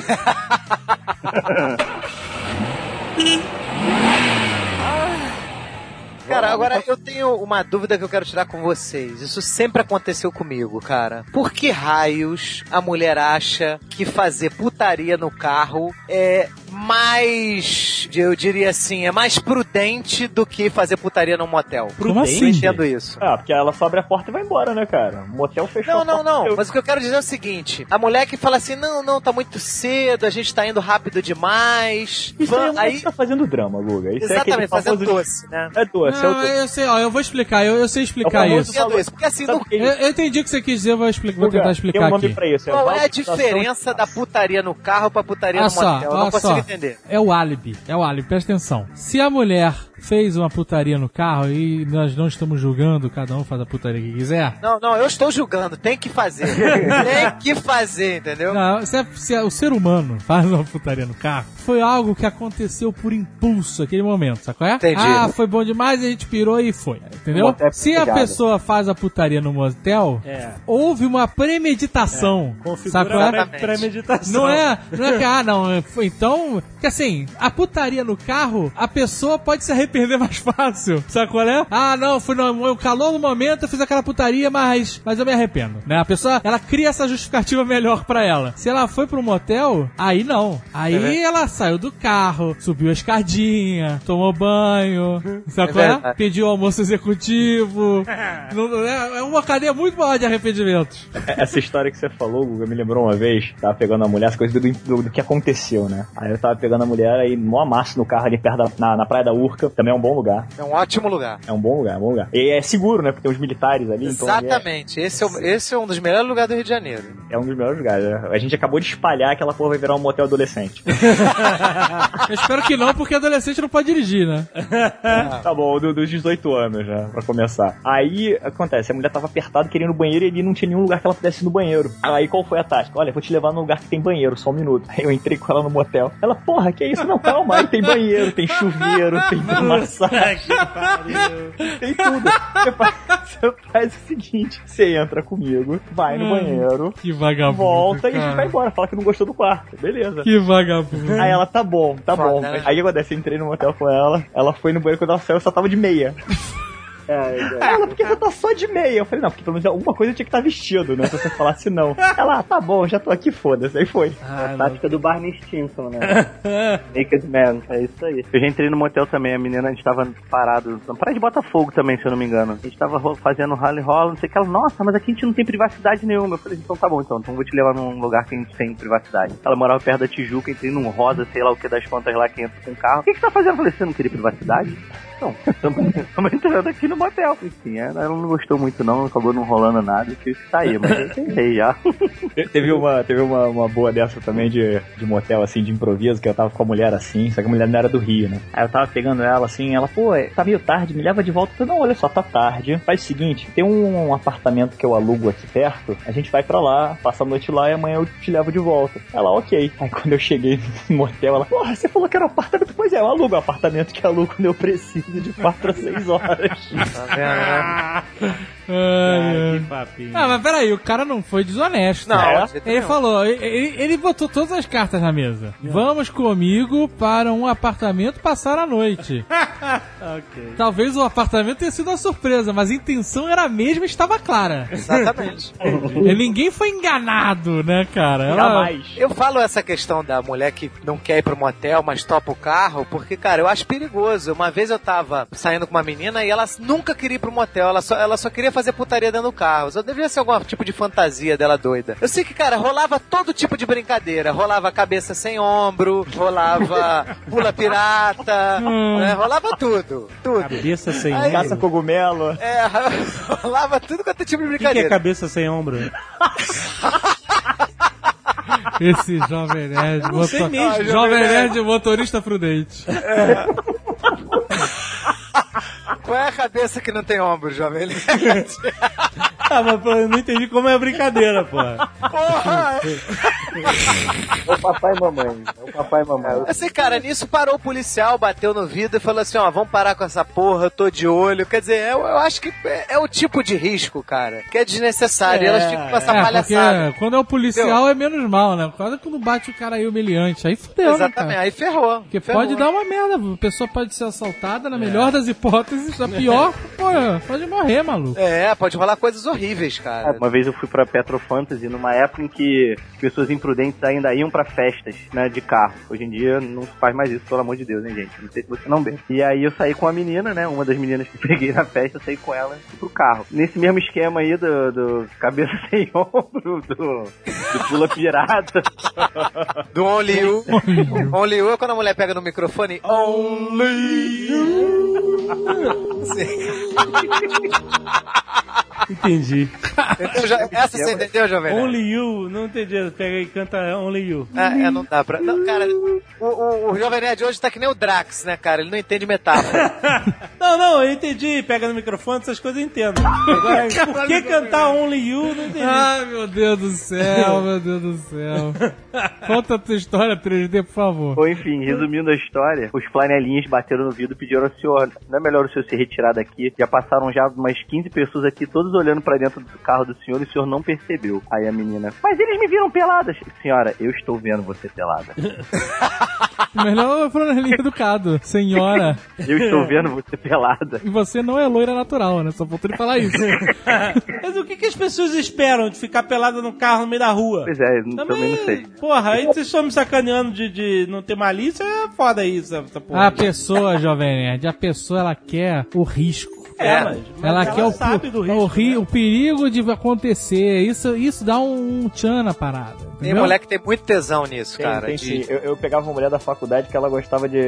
Cara, agora eu tenho uma dúvida que eu quero tirar com vocês. Isso sempre aconteceu comigo, cara. Por que raios a mulher acha que fazer putaria no carro é mais, eu diria assim, é mais prudente do que fazer putaria num motel? Eu Como assim? entendo isso. Ah, porque ela só abre a porta e vai embora, né, cara? O motel fechou. Não, a não, porta, não. eu- Mas o que eu quero dizer é o seguinte: a mulher que fala assim, não, não, tá muito cedo, a gente tá indo rápido demais. Isso aí, é Vam- aí... aí, você tá fazendo drama, Guga. Isso é aquele exatamente, fazendo famoso... doce, né? É doce, é o Não, doce. eu sei, ó, eu vou explicar, eu, eu sei explicar É o famoso isso. Fazendo doce. Porque assim, Sabe no o que é Eu, isso? eu entendi o que você quis dizer, eu vou, expli- vou Guga, tentar Tem explicar um nome aqui. pra isso. Qual é a valorização diferença da putaria no carro pra putaria Olha no só, motel? Eu não olha consigo só. entender. É o álibi, é o álibi, presta atenção. Se a mulher fez uma putaria no carro e nós não estamos julgando, cada um faz a putaria que quiser. Não, não, eu estou julgando, tem que fazer. tem que fazer, entendeu? Não, se, a- se a- o ser humano faz uma putaria no carro, foi algo que aconteceu por impulso naquele momento, sabe qual é? Entendi. Ah, foi bom demais, a gente pirou e foi. Entendeu? Motel é Se a pegada. pessoa faz a putaria no motel, É. houve uma premeditação. Configura sabe qual é? pra, pra meditação. Não é, não é que, ah, não, é- foi- então, que assim, a putaria no carro, a pessoa pode se arrepender mais fácil, sabe qual é? Ah, não, foi no, o calor no momento, eu fiz aquela putaria, mas, mas eu me arrependo, né? A pessoa, ela cria essa justificativa melhor pra ela. Se ela foi pro motel, aí não. Aí ela saiu do carro, subiu a escadinha, tomou banho, sabe É qual é? verdade. Pediu almoço executivo. Não- é é uma cadeia muito maior de arrependimentos. Essa história que você falou, Guga, me lembrou uma vez. Tava pegando a mulher, as coisas do, do, do que aconteceu, né? Aí eu tava pegando a mulher aí, mó amasso no carro ali perto da, na, na Praia da Urca. Também é um bom lugar. É um ótimo lugar. É um bom lugar, é um bom lugar. E é seguro, né? Porque tem os militares ali. então ali é- Exatamente. Esse é, o- esse é um dos melhores lugares do Rio de Janeiro. é, um dos melhores lugares. né? A gente acabou de espalhar que ela porra vai virar um motel adolescente. Eu espero que não, porque adolescente não pode dirigir, né? tá bom, do- dos 18 anos, né? Pra começar. Aí, acontece, a mulher tava apertada querendo ir no banheiro e ali não tinha nenhum lugar que ela pudesse ir no banheiro. Aí, qual foi a tática? Olha, vou te levar num lugar que tem banheiro, só um minuto. Aí eu entrei com ela no motel. Ela, porra, que é isso? Não, calma, aí tem banheiro, tem chuveiro, tem massagem. Tem tudo. Você faz, você faz o seguinte: você entra comigo, vai no Hum. banheiro, Que vagabundo. volta e a gente cara. vai embora. Fala que não gostou do quarto. Beleza. Que vagabundo. Aí ela, tá bom, tá Foda, bom. né? Aí o que acontece? Eu entrei no motel com ela, ela foi no banheiro quando ela saiu, eu só tava de meia. Aí Ela, por que você tá só de meia? Eu falei, não, porque pelo menos alguma coisa eu tinha que estar vestido, né? Se você falasse não. Ela, ah, tá bom, já tô aqui, foda-se. Aí foi. Ah, A tática do Barney Stinson, né? Naked Man, é isso aí. Eu já entrei no motel também, a menina, a gente tava parado. Na praia de Botafogo também, se eu não me engano. A gente tava ro- fazendo rally rola, não sei o que. Ela, nossa, mas aqui a gente não tem privacidade nenhuma. Eu falei, então tá bom, então. Então vou te levar num lugar que a gente tem privacidade. Ela morava perto da Tijuca, entrei num rosa, sei lá o que das contas lá que entra com carro. O que, que você tá fazendo? Eu falei, você não queria privacidade? Então, estamos entrando aqui no motel. Enfim, ela não gostou muito não, acabou não rolando nada, tive que sair, mas é eu tentei já. Teve uma, teve uma, uma boa dessa também de, de motel, assim, de improviso, que eu tava com a mulher assim, só que a mulher não era do Rio, né? Aí eu tava pegando ela assim, ela, pô, é, tá meio tarde, me leva de volta. Eu falei, não, olha só, tá tarde. Faz o seguinte, tem um apartamento que eu alugo aqui perto, a gente vai pra lá, passa a noite lá e amanhã eu te levo de volta. Ela, ok. Aí quando eu cheguei no motel, ela, porra, você falou que era um apartamento? Pois é, eu alugo o apartamento que alugo quando eu preciso de 4 a 6 horas. Tá vendo, né? É. Cara, que papinho. Ah, mas peraí, o cara não foi desonesto. Não, É. de jeito ele nenhum. falou, ele- ele, ele botou todas as cartas na mesa. Vamos comigo para um apartamento passar a noite. Ok. Talvez o apartamento tenha sido uma surpresa, mas a intenção era a mesma e estava clara. Exatamente. E Ninguém foi enganado, né, cara? Ela- Jamais. Eu falo essa questão da mulher que não quer ir pro motel, mas topa o carro, porque, cara, eu acho perigoso. Uma vez eu tava saindo com uma menina e ela nunca queria ir pro motel, ela só, ela só queria fazer putaria dentro do carro. Só devia ser algum tipo de fantasia dela doida. Eu sei que, cara, rolava todo tipo de brincadeira. Rolava cabeça sem ombro, rolava pula pirata, né? rolava tudo. Tudo. Hum. Cabeça sem Aí- Caça ombro. cogumelo. É, rolava tudo quanto é tipo de O que, que é brincadeira. cabeça sem ombro? Esse jovem nerd, sei motor... mesmo. jovem, nerd motorista prudente. Qual é a cabeça que não tem ombro, jovem? Ah, mas pô, eu não entendi como é a brincadeira, pô. Porra! É o papai e mamãe, é o papai e mamãe. Assim, cara, nisso parou o policial, bateu no vidro e falou assim: ó, vamos parar com essa porra, eu tô de olho. Quer dizer, eu, eu acho que é, é o tipo de risco, cara, que é desnecessário. É, Elas ficam com essa É, palhaçada. porque quando é o policial é menos mal, né? Quando quando bate o cara aí humilhante, aí fudeu, né, Exatamente, cara? aí ferrou. Porque ferrou. pode dar uma merda, a pessoa pode ser assaltada, na melhor das hipóteses, na pior, pô, pode morrer, maluco. É, pode rolar coisas horríveis, cara. Uma vez eu fui pra Petrofantasy numa época em que as pessoas imprudentes ainda iam pra festas, né, de carro. Hoje em dia não se faz mais isso, pelo amor de Deus, hein, gente? Não sei se você não vê. E aí eu saí com a menina, né, uma das meninas que peguei na festa, eu saí com ela e fui pro carro. Nesse mesmo esquema aí do, do cabeça sem ombro, do, do pula pirata. Do Only You. Only You é quando a mulher pega no microfone. Only You. Sim. Entendi. Entendeu, Jo- essa você entendeu, Jovem? Nerd? Only You, não entendi. Pega e canta Only You. É, é, não dá pra. Não, cara, o, o, o Jovem Nerd hoje tá que nem o Drax, né, cara? Ele não entende metáfora. Não, não, eu entendi. Pega no microfone, essas coisas eu entendo. Agora, por que cantar Only You? Não entendi. Ai, meu Deus do céu, meu Deus do céu. Conta a tua história, 3D, por favor. Ou enfim, resumindo a história, os flanelinhas bateram no vidro e pediram ao senhor, não é melhor o senhor se retirar daqui? Já passaram já umas 15 pessoas aqui, todas olhando pra dentro do carro do senhor e o senhor não percebeu. Aí a menina, mas eles me viram peladas. Senhora, eu estou vendo você pelada. Melhor eu falando linha educado, senhora. Eu estou vendo você pelada. E você não é loira natural, né? Só faltou ele falar isso. Mas o que, que as pessoas esperam de ficar pelada no carro no meio da rua? Pois é, eu também, não sei. Porra, aí vocês estão me sacaneando de, de não ter malícia, é foda isso, essa porra. A pessoa, jovem nerd, a pessoa ela quer o risco. É, mas- mas Ela, quer o, sabe do risco, o, ri- né? o perigo de acontecer. Isso, isso dá um, um tchan na parada. Tem entendeu? mulher que tem muito tesão nisso, Tem, cara. tem de- sim. Eu, eu pegava uma mulher da faculdade que ela gostava de,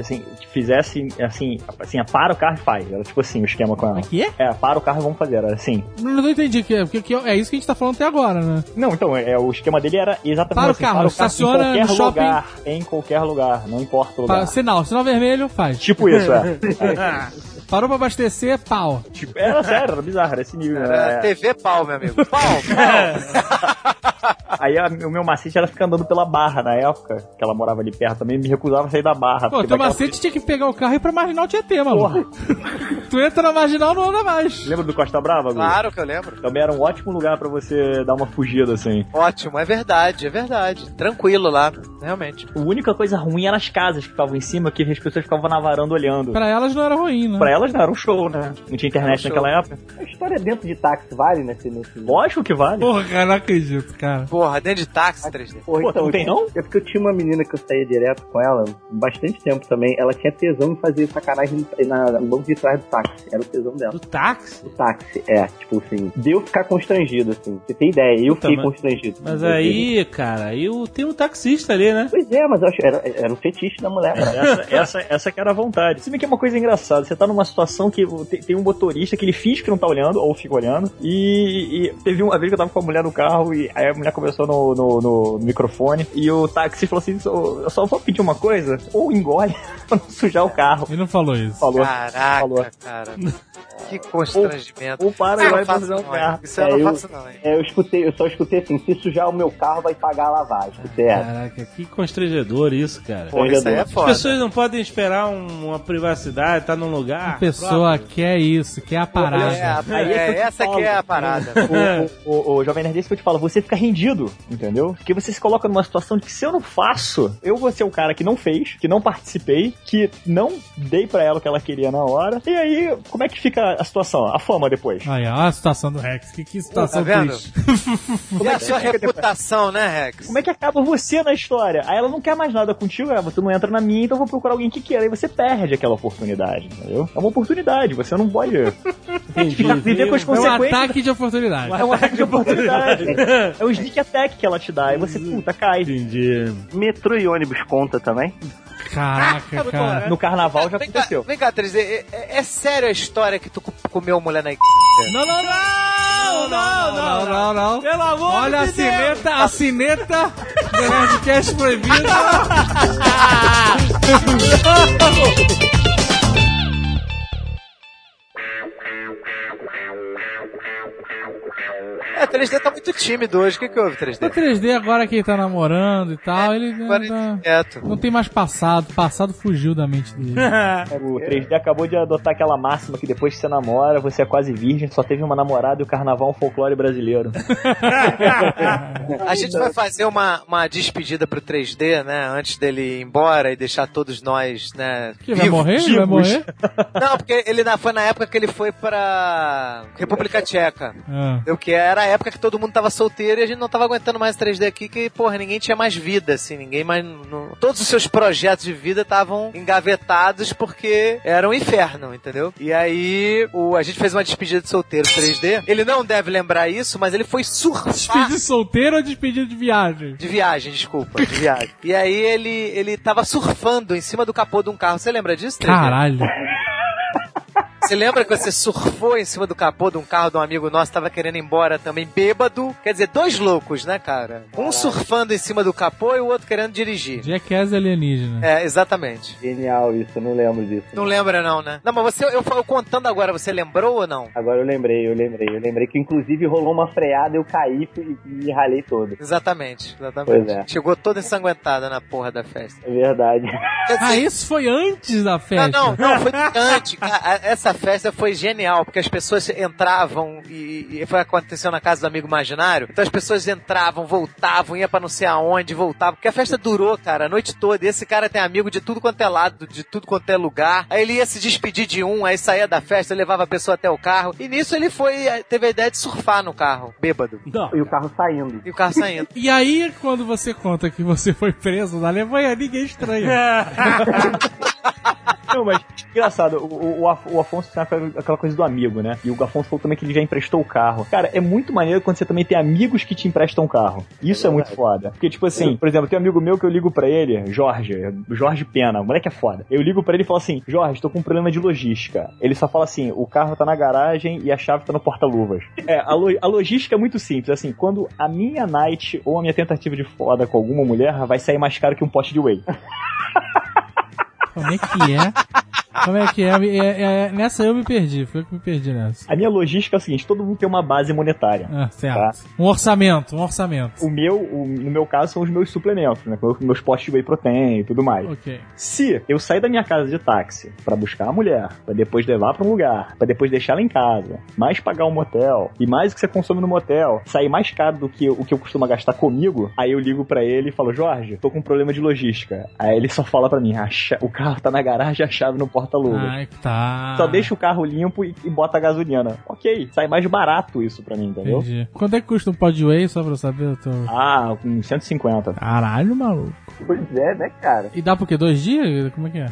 assim, que fizesse, assim, assim, para o carro e faz. Era tipo assim, o esquema com ela. Mas que é? É, para o carro e vamos fazer. Era assim. Não, não entendi o que é, porque que é isso que a gente tá falando até agora, né? Não, então, é, o esquema dele era exatamente Para o assim, carro, para o carro estaciona em qualquer no shopping. lugar, em qualquer lugar, não importa o lugar. Pa- sinal, sinal vermelho, faz. Tipo isso, é. Parou pra abastecer, pau. Tipo, era sério, era bizarro, era esse nível. né? Era É. Era, TV É, pau, meu amigo. Pau, pau. Aí a- o meu macete era ficar andando pela barra na época, que ela morava ali perto também, me recusava a sair da barra. Pô, porque teu daquela- macete é tinha que pegar o carro e ir pra Marginal Tietê, maluco. tu entra na Marginal, não anda mais. Lembra do Costa Brava, Gu? Claro que eu lembro. Também era um ótimo lugar pra você dar uma fugida, assim. Ótimo, é verdade, é verdade. Tranquilo lá, realmente. A única coisa ruim eram as casas que ficavam em cima, que as pessoas ficavam na varanda olhando. Pra, Pra elas não era ruim, né? elas não, era um show, né? Não tinha Era internet um show. é naquela época. A história dentro de táxi vale né, nesse... nesse... Lógico que vale. Porra, cara, não acredito, cara. Porra, dentro de táxi 3D. Porra, Pô, então, não tem não? É porque eu tinha uma menina que eu saía direto com ela, bastante tempo também. Ela tinha tesão em fazer sacanagem na, no banco de trás do táxi. Era o tesão dela. Do táxi? Do táxi, é. Tipo assim, deu ficar constrangido, assim. Você tem ideia, eu Puta, fiquei mas- constrangido. Mas Eu fiquei- aí, cara, aí o- tem um taxista ali, né? Pois é, mas eu acho, era, era um fetiche da mulher, cara. Essa, essa, essa que era a vontade. Se bem que é uma coisa engraçada, você tá numa situação que tem, tem um motorista que ele finge que não tá olhando, ou fica olhando, e, e teve uma vez que eu tava com a mulher no carro, e aí a mulher começou no, no, no microfone, e o táxi falou assim, "Só- eu só vou pedir uma coisa, ou engole, pra não sujar o carro. Ele não falou isso. Falou. Caraca, Falou. cara. Que constrangimento. Ou para Ah, eu e vai não pra faço sujar o não, carro. hein? Isso eu É, não eu- faço não, hein? É, eu escutei, eu só escutei assim, se sujar o meu carro, vai pagar a lavagem. é. Escutei essa. Caraca, que constrangedor isso, cara. Porra, isso aí é As foda. pessoas não podem esperar um- uma privacidade, tá num lugar. A pessoa próprio. quer isso, quer a parada. É, a- é, essa que é a parada. Tá O, o, o Jovem Nerd é isso que eu te falo, você fica rendido, entendeu? Porque você se coloca numa situação de que se eu não faço, eu vou ser o cara que não fez, que não participei, que não dei pra ela o que ela queria na hora. E aí, como é que fica a situação? A fama depois? Aí, ó, a situação do Rex. Que, que Tá situação vendo? triste. é E a sua reputação, né, Rex? Como é que acaba você na história? Aí ela não quer mais nada contigo, ah, você não entra na minha, então eu vou procurar alguém que queira. Aí você perde aquela oportunidade, entendeu? É uma oportunidade, você não pode ficar, viver com as É um consequências. ataque de oportunidade. É um ataque de oportunidade. É o sneak attack que ela te dá. Aí Uhum. você, puta, cai. Entendi. Metrô e ônibus conta também? Caraca, cara. No carnaval já Vem cá, aconteceu. vem cá, 3D. É, é- é sério a história que tu co- comeu mulher na igreja? Não, não, não! não, não, não, não. Pelo amor Olha a de Deus! cineta, a cineta do Nerdcast proibido. É, 3D tá muito tímido hoje. O que que houve, O 3D? 3D agora que ele tá namorando e tal, ele É, Agora anda- ele é. quieto. não tem mais passado. Passado fugiu da mente dele. O 3D acabou de adotar aquela máxima que depois que você namora, você é quase virgem, só teve uma namorada e o carnaval é um folclore brasileiro. A gente vai fazer uma, uma despedida pro 3D, né? Antes dele ir embora e deixar todos nós, né? Que vai vivos. morrer? Ele Vai morrer? Não, porque ele na- foi na época que ele foi pra República Tcheca. Ah. Eu que era a época que todo mundo tava solteiro e a gente não tava aguentando mais 3D aqui, que, porra, ninguém tinha mais vida, assim, ninguém mais. não- Todos os seus projetos de vida estavam engavetados porque era um inferno, entendeu? E aí o... a gente fez uma despedida de solteiro 3D. Ele não deve lembrar isso, mas ele foi surfar. Despedido solteiro ou despedido de viagem? De viagem, desculpa, de viagem. E aí ele, ele tava surfando em cima do capô de um carro. Você lembra disso, 3D? Caralho. Você lembra que você surfou em cima do capô de um carro de um amigo nosso, tava querendo ir embora também, bêbado? Quer dizer, dois loucos, né, cara? Um surfando em cima do capô e o outro querendo dirigir. Jackass alienígena. É, exatamente. Genial isso, eu não lembro disso. Não lembra não, né? Não, mas você, eu, eu contando agora, você lembrou ou não? Agora eu lembrei, eu lembrei. Eu lembrei que inclusive rolou uma freada, eu caí e me ralei todo. Exatamente, exatamente. Pois é. Chegou toda ensanguentada na porra da festa. É verdade. Quer dizer, Ah, isso foi antes da festa? Não, não, não, foi antes. A- a- Essa festa foi genial, porque as pessoas entravam e, e foi aconteceu na casa do amigo imaginário. Então as pessoas entravam, voltavam, ia pra não sei aonde, voltavam. Porque a festa durou, cara, a noite toda. E esse cara tem amigo de tudo quanto é lado, de tudo quanto é lugar. Aí ele ia se despedir de um, aí saía da festa, levava a pessoa até o carro. E nisso ele foi, eh, teve a ideia de surfar no carro, bêbado. Então Não. E o carro saindo. E o carro saindo. E aí, quando você conta que você foi preso na Alemanha, ninguém é estranha. Não, mas engraçado, o, o, Af- o Afonso tem aquela aquela coisa do amigo, né? E o Afonso falou também que ele já emprestou o carro. Cara, é muito maneiro quando você também tem amigos que te emprestam o carro. Isso é, muito foda. Porque, tipo assim, por exemplo, tem um amigo meu que eu ligo pra ele, Jorge, Jorge Pena, o moleque é foda. Eu ligo pra ele e falo assim: Jorge, tô com um problema de logística. Ele só fala assim: o carro tá na garagem e a chave tá no porta-luvas. É, a, lo- a logística é muito simples. Assim, quando a minha night ou a minha tentativa de foda com alguma mulher vai sair mais caro que um pote de whey. Como é que é? Como é que é? É- é- Nessa eu me perdi. Foi eu que me perdi nessa. A minha logística é o seguinte: todo mundo tem uma base monetária. Ah, certo. Tá. Um orçamento, um orçamento. O meu, o- no meu caso, são os meus suplementos, né? Meus- Meus postes de whey protein e tudo mais. Ok. Se eu sair da minha casa de táxi pra buscar a mulher, pra depois levar pra um lugar, pra depois deixar ela em casa, mais pagar um motel e mais o que você consome no motel, sair mais caro do que o que eu costumo gastar comigo, aí eu ligo pra ele e falo: "Jorge, tô com um problema de logística". Aí ele só fala pra mim: "A cha- "O carro tá na garagem, a chave no porta-luvas. Ai, tá. Só deixa o carro limpo e, e bota a gasolina. Ok, sai mais barato isso pra mim, entendeu? Entendi. Quanto é que custa um podway, só pra eu saber? Eu tô... Ah, com 150. Caralho, maluco. Pois é, né, cara? E dá por quê? Dois dias? Como é que é?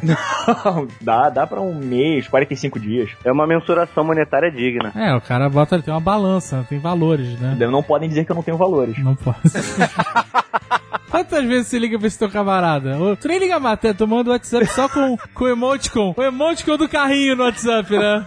dá, dá pra um mês, 45 dias. É uma mensuração monetária digna. É, o cara bota, ele tem uma balança, tem valores, né? Não podem dizer que eu não tenho valores. Não posso. Quantas vezes você liga pra esse teu camarada? Ô, Tu nem liga mais, até tu manda o WhatsApp só com, com o emoticon. O emoticon do carrinho no WhatsApp, né?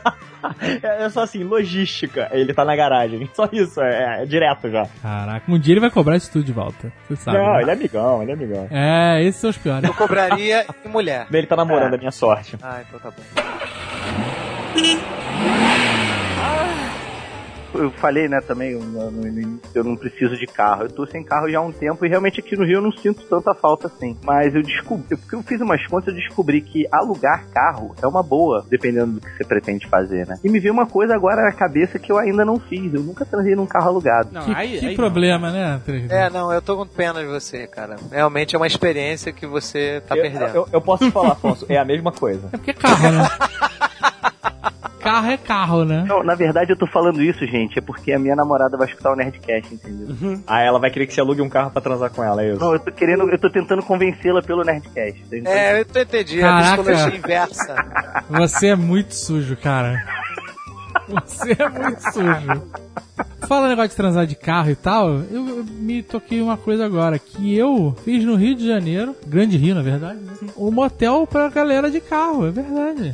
É, é só assim, logística. Ele tá na garagem. Só isso, é, é direto já. Caraca, um dia ele vai cobrar isso tudo de volta. Você sabe. não, né? ele é amigão, ele é amigão. É, esses são os piores. Eu cobraria e mulher. Ele tá namorando, é. minha sorte. Ah, então tá bom. Eu falei, né, também no, no início, eu não preciso de carro. Eu tô sem carro já há um tempo e realmente aqui no Rio eu não sinto tanta falta assim. Mas eu descobri, porque eu fiz umas contas, eu descobri que alugar carro é uma boa, dependendo do que você pretende fazer, né? E me veio uma coisa agora na cabeça que eu ainda não fiz. Eu nunca transei num carro alugado. que que problema, né, 3D? É, não, eu tô com pena de você, cara. Realmente é uma experiência que você tá eu, perdendo. eu- eu posso te falar, Afonso, é a mesma coisa. É porque é carro, né? carro é carro, né? Não, na verdade eu tô falando isso, gente, é porque a minha namorada vai escutar o Nerdcast, entendeu? Ah, ela vai querer que você alugue um carro pra transar com ela, é isso? Não, eu tô querendo, eu tô tentando convencê-la pelo Nerdcast. tá Vocês não É, eu tô entendi. A Caraca. psicologia inversa. Você é muito sujo, cara. Você é muito sujo. Fala um negócio de transar de carro e tal, eu, eu me toquei uma coisa agora, que eu fiz no Rio de Janeiro, Grande Rio, na verdade, né? um motel pra galera de carro, é verdade.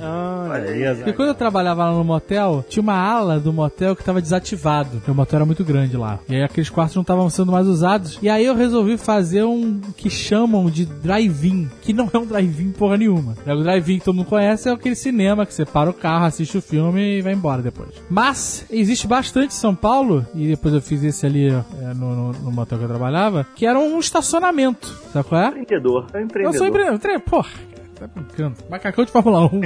Porque quando eu trabalhava lá no motel, tinha uma ala do motel que tava desativado. Porque o motel era muito grande lá. E aí aqueles quartos não estavam sendo mais usados. E aí eu resolvi fazer um que chamam de drive-in. Que não é um drive-in porra nenhuma. É O drive-in que todo mundo conhece é aquele cinema que você para o carro, assiste o filme e vai embora depois. Mas existe bastante em São Paulo, e depois eu fiz esse ali é, no, no- no motel que eu trabalhava, que era um estacionamento. Sabe qual é? empreendedor. É um Eu empreendedor. sou empreendedor. Tre- Porra, cara, tá brincando. Macacão de Fórmula 1.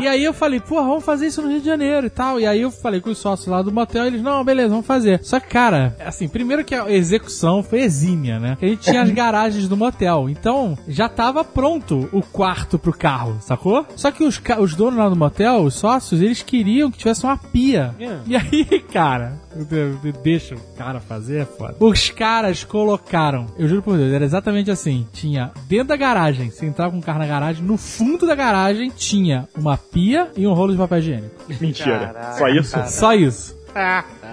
e aí eu falei, porra, vamos fazer isso no Rio de Janeiro e tal. E aí eu falei com os sócios lá do motel, eles, não, beleza, vamos fazer. Só que, cara, assim, primeiro que a execução foi exímia, né? A gente tinha as garagens do motel. Então, já tava pronto o quarto pro carro, sacou? Só que os, ca- os donos lá do motel, os sócios, eles queriam que tivesse uma pia. E aí, cara, meu Deus, de- deixa o cara fazer, é foda. Os caras colocaram, eu juro por Deus, era exatamente assim. Tinha dentro da garagem, você entrava com o carro na garagem, no fundo da garagem tinha uma pia e um rolo de papel higiênico. Mentira. Caraca, Só isso? cara. Só isso.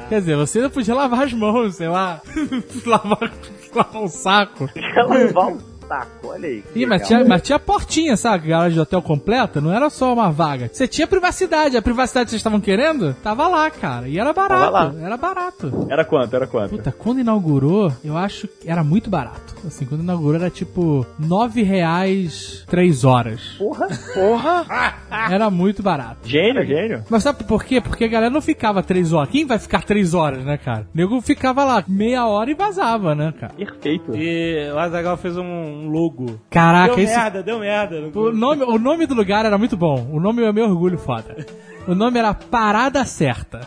Quer dizer, você ainda podia lavar as mãos, sei lá, lavar, lavar um saco. Quer levar um saco, olha aí. que Ih, mas legal. tinha, mas tinha portinha, sabe? Garagem de hotel completa, não era só uma vaga. Você tinha privacidade, a privacidade que vocês estavam querendo tava lá, cara. E era barato, era barato. Era quanto? Era quanto? Puta, quando inaugurou, eu acho que era muito barato. Assim, quando inaugurou era tipo R$ 9 reais 3 horas. Porra! Porra! era muito barato. Gênio, gênio. Mas sabe por quê? Porque a galera não ficava três horas. Quem vai ficar três horas, né, cara? O nego ficava lá meia hora e vazava, né, cara? Perfeito. E o Azagal fez um- um logo. Caraca, deu isso. merda, deu merda. O nome, o nome do lugar era muito bom. O nome é meu orgulho foda. O nome era Parada Certa.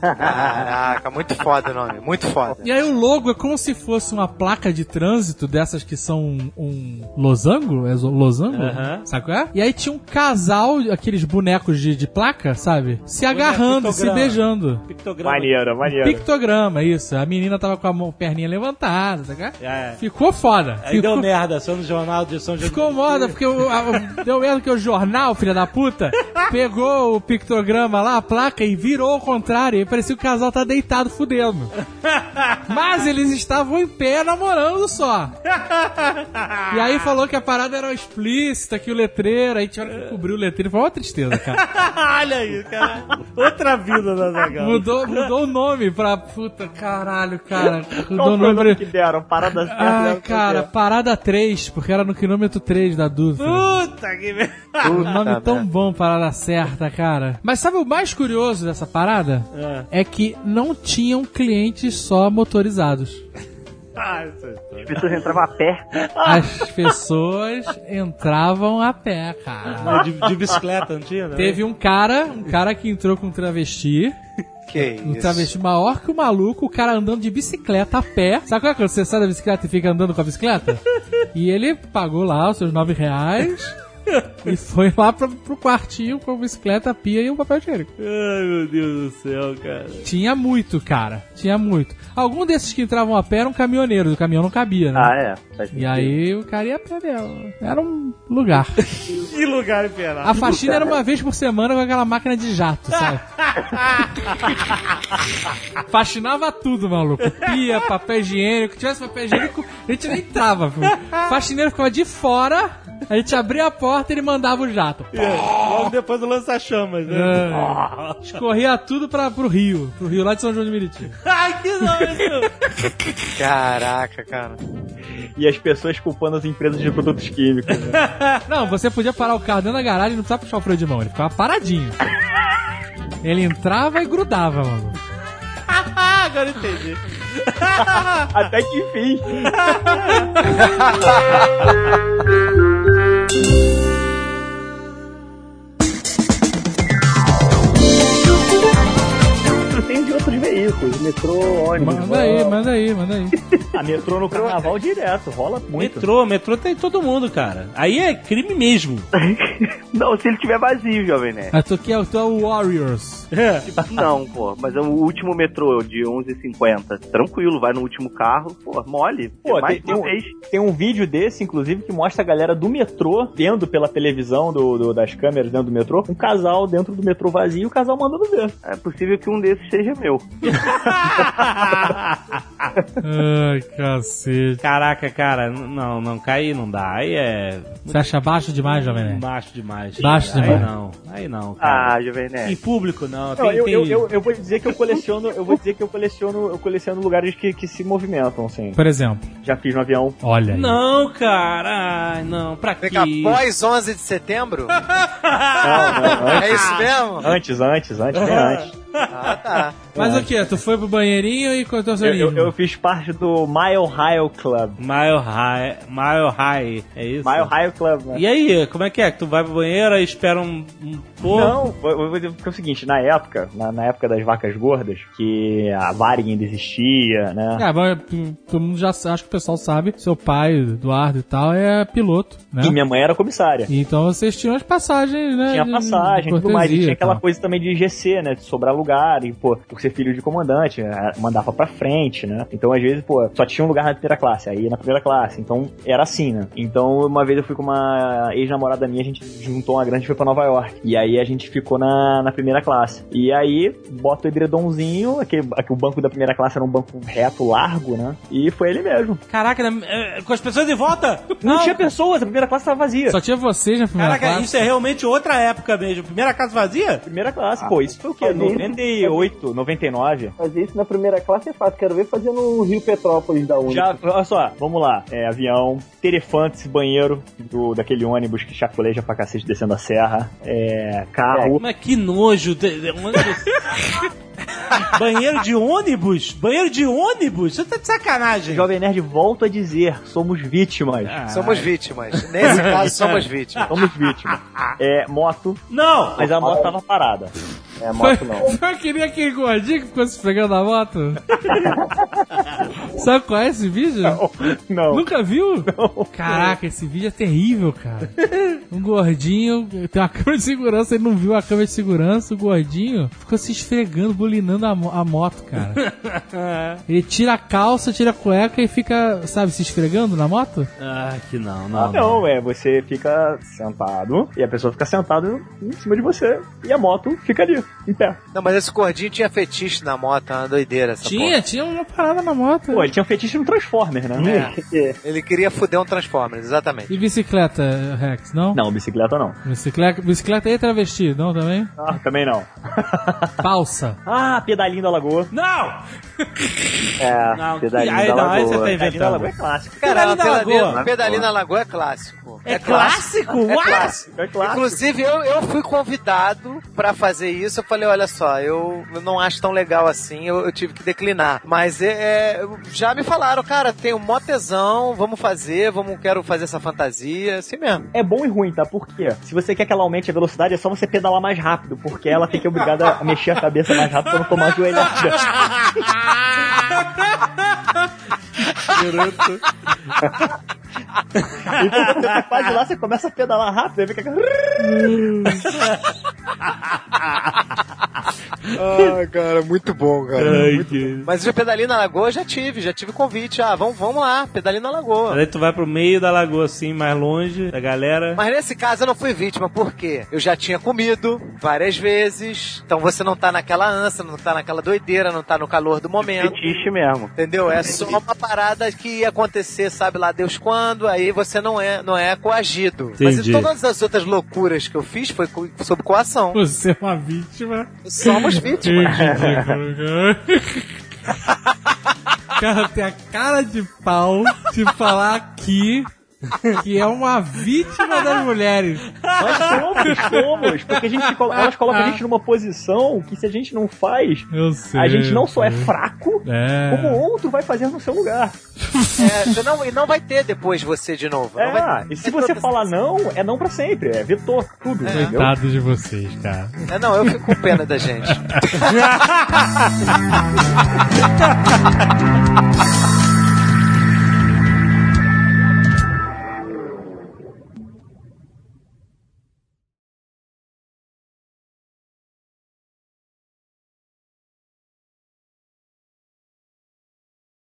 Caraca, muito foda o nome, muito foda. E aí o logo é como se fosse uma placa de trânsito dessas que são um, um losango, é zo- losango, Aham. sabe qual é? E aí tinha um casal, aqueles bonecos de, de placa, sabe? Se agarrando, se pictograma. beijando. Pictograma. Maneiro, maneiro. Pictograma, isso. A menina tava com a mão, perninha levantada, sabe? qual é? É. Ficou foda. Aí ficou, deu merda, só no jornal de São José. Ficou moda, porque o, a, o- deu mesmo que o jornal, filha da puta, pegou o pictograma lá, a placa, e virou ao contrário. E parecia que o casal tá deitado fudendo. Mas eles estavam em pé namorando só. E aí falou que a parada era explícita, que o letreiro, aí tinha hora que cobriu o letreiro. Foi uma tristeza, cara. Olha aí, cara. Outra vida do Azagal. Mudou, mudou o nome pra puta, caralho, cara. Mudou o Qual foi o nome nome. que deram? Parada certa. Ai, né? cara, parada 3, porque era no quilômetro 3 da Dutra. Puta que merda. Um nome tão bom, parada certa, cara. Mas sabe o mais curioso dessa parada? É, que não tinham clientes só motorizados. As pessoas entravam a pé. As pessoas entravam a pé, cara. É, De, de bicicleta, não tinha? né? Teve um cara, um cara que entrou com um travesti, Que um tá isso. travesti maior que o maluco, o cara andando de bicicleta a pé. Sabe qual é quando você sai da bicicleta e fica andando com a bicicleta? E ele pagou lá os seus nove reais. E foi lá pro, pro quartinho com a bicicleta, a pia e o papel higiênico. Ai, meu Deus do céu, cara. Tinha muito, cara. Tinha muito. Algum desses que entravam a pé eram caminhoneiros, o caminhão não cabia, né? Ah, é. Faz E sentido. aí o cara ia a pé dela. Era um lugar. Que lugar infernal. A faxina era uma vez por semana com aquela máquina de jato, sabe? Faxinava tudo, maluco. Pia, papel higiênico. Se tivesse papel higiênico, a gente nem entrava. Filho. O faxineiro ficava de fora, a gente abria a porta e ele mandava o jato. Logo depois do lança-chamas, né? Ah, Escorria tudo pra, pro Rio. Pro Rio, lá de São João de Meriti. Ai, que nojo! Caraca, cara. E as pessoas culpando as empresas de produtos químicos. né? Não, você podia parar o carro dentro da garagem e não precisava puxar o freio de mão. Ele ficava paradinho. Ele entrava e grudava, mano. Agora entendi. Até que enfim. Tem de outros veículos, metrô, ônibus. Manda aí, manda aí, manda aí. A Ah, metrô né? no carnaval direto, rola muito. Metrô, metrô tem todo mundo, cara. Aí é crime mesmo. Não, se ele tiver vazio, jovem, né? Mas tu quer o teu Warriors. Não, pô, mas é o último metrô de 11h50. Tranquilo, vai no último carro, pô, mole. Pô, mais tem- tem uma um- vez. Tem um vídeo desse, inclusive, que mostra a galera do metrô vendo pela televisão do, do- das câmeras dentro do metrô, um casal dentro do metrô vazio e o casal mandando ver. É possível que um desses seja meu. Ai, cacete. Caraca, cara, n- não, não, cair não dá. Aí é Você acha baixo demais, Jovem Nerd? baixo demais. Baixo cara. demais. Aí não, aí não, cara. Ah, jovem, né? Em público não, tem, é. Não, eu, tem- eu, eu, eu vou dizer que eu coleciono, eu vou dizer que eu coleciono, eu coleciono lugares que, que se movimentam, assim. Por exemplo, Já fiz no avião. olha aí. Não, cara, ai, não, pra Vem quê? cá, após 11 de setembro? Não, não, antes, é isso mesmo? antes, antes, antes, bem antes. Ah, tá. Mas o que? Tu foi pro banheirinho e Então, cortou seu Eu, eu- livro? eu fiz parte do Mile High Club. Mile High, Mile High, é isso? Mile High Club, né? E aí, como é que é? Que Tu vai pro banheiro e espera um, um pouco? Não, vou- vou dizer- porque é o seguinte, na época, na, na época das vacas gordas, que a Varig ainda existia, né? Ah, mas tu- todo mundo já sa- acho que o pessoal sabe. Seu pai, Eduardo e tal, é piloto, né? E minha mãe era comissária. Então vocês tinham as passagens, né? Tinha de- de passagem e tudo mais. E cortesia e tinha aquela tal. coisa também de GC, né? De sobrar lugar. E, pô, por ser filho de comandante, eh, mandava pra frente, né? Então, às vezes, pô, só tinha um lugar na primeira classe. Aí ia na primeira classe. Então, era assim, né? Então, uma vez eu fui com uma ex-namorada minha, a gente juntou uma grande e foi pra Nova York. E aí a gente ficou na, na primeira classe. E aí, bota o edredomzinho, aquele, aquele, o banco da primeira classe era um banco reto, largo, né? E foi ele mesmo. Caraca, na- é, com as pessoas em volta? Não, tinha pessoas, a primeira classe tava vazia. Só tinha vocês na primeira Caraca, classe. isso é realmente outra época mesmo. Primeira casa vazia? Primeira classe, pô, isso foi o quê? 98, 99? Fazer isso na primeira classe é fácil. Quero ver fazer no Rio Petrópolis da Uni. Já, olha só, vamos lá. É, avião, Telefantes, banheiro do, daquele ônibus que chacoleja pra cacete descendo a serra. É, carro. Mas que nojo. de- de- um ônibus- Banheiro de ônibus? Banheiro de ônibus? Você tá de sacanagem. Jovem Nerd, volto a dizer, somos vítimas. Somos vítimas. Nesse caso, somos vítimas. Somos vítimas. É, moto, Não! mas a moto tava parada. É, moto não. Eu queria aquele gordinho que ficou se pegando a moto. Sabe qual é esse vídeo? Não. Nunca viu? Caraca, esse vídeo é terrível, cara. Um gordinho, tem uma câmera de segurança, ele não viu a câmera de segurança, o gordinho ficou se esfregando, bulinando a, mo- a moto, cara. Ele tira a calça, tira a cueca e fica, sabe, se esfregando na moto? Ah, que não, não. Não, é, você fica sentado e a pessoa fica sentada em cima de você e a moto fica ali, em pé. Não, mas esse gordinho tinha fetiche na moto, é uma doideira essa Tinha, tinha uma parada na moto. Pô, ele tinha um fetiche no Transformer, né? porra. É. Ele queria fuder um Transformers, exatamente. E bicicleta, Rex, não? Não, bicicleta não. Bicicleta, bicicleta e travesti, não também? Ah, também não. Balsa. Ah, pedalinho da lagoa. Não! É, Não, pedalinho aí da não, aí você tá Pedalinho Lagoa. da lagoa é inventando. clássico. Cara, Pedalinho da Lagoa. pedalina, pedalina Lagoa é clássico. É clássico? É What? clássico. É clássico. Inclusive, eu, eu fui convidado pra fazer isso. Eu falei, olha só, eu, eu não acho tão legal assim, eu, eu tive que declinar. Mas é, é, já me falaram, cara, tenho mó tesão, vamos fazer, vamos, quero fazer essa fantasia, assim mesmo. É bom e ruim, tá? Por quê? Se você quer que ela aumente a velocidade, é só você pedalar mais rápido, porque ela tem que obrigada a mexer a cabeça mais rápido pra não tomar joelhada. Geruto. E quando você faz de lá, você começa a pedalar rápido, aí fica. Ah, cara, muito bom, cara. Ai, que- Mas de pedalina na lagoa eu já tive, já tive convite. Ah, vamos, vamos lá, pedalina na lagoa. Aí tu vai pro meio da lagoa, assim, mais longe da É. galera. Mas nesse caso eu não fui vítima, por quê? Eu já tinha comido várias vezes, então você não tá naquela ânsia, não tá naquela doideira, não tá no calor do momento. Fetiche mesmo. Entendeu? É só uma parada que ia acontecer, sabe lá Deus quando, aí você não é, não é coagido. Mas Entendi. em todas as outras loucuras que eu fiz foi co sob coação. Você é uma vítima. Somos vítimas. cara tem a cara de pau de falar aqui que é uma vítima das mulheres. Nós somos, somos, porque a gente, colo- elas colocam a gente numa posição que se a gente não faz, Eu sei. a gente não só é fraco, como É. o outro vai fazer no seu lugar. É, você não, e não vai ter depois você de novo. Não vai É, ter. e se você falar não, é não pra sempre, é vetor, tudo, entendeu? Coitado de vocês, cara. É, não, eu fico com pena da gente.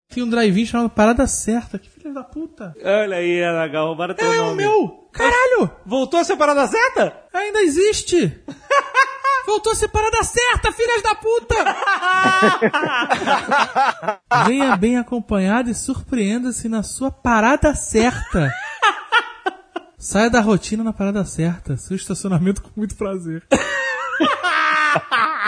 Tem um drive-in chamado Parada Certa. Que filho da puta. Olha aí, Azagal, roubaram teu É o nome. meu! Caralho! Voltou a ser parada certa? Ainda existe! Voltou a ser parada certa, filhas da puta! Venha bem acompanhado e surpreenda-se na sua parada certa. Saia da rotina na parada certa. Seu estacionamento com muito prazer.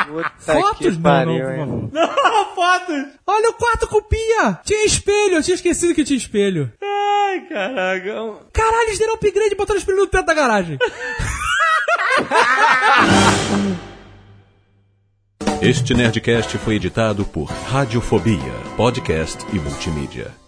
Puta Fotos? que Não, pariu, não, por hein? favor. Não, fotos! Olha o quarto com pia! Tinha espelho! Eu tinha esquecido que tinha espelho. Ai, caraca. Caralho, eles deram um upgrade e botaram espelho no teto da garagem. Este Nerdcast foi editado por Radiofobia, podcast e multimídia.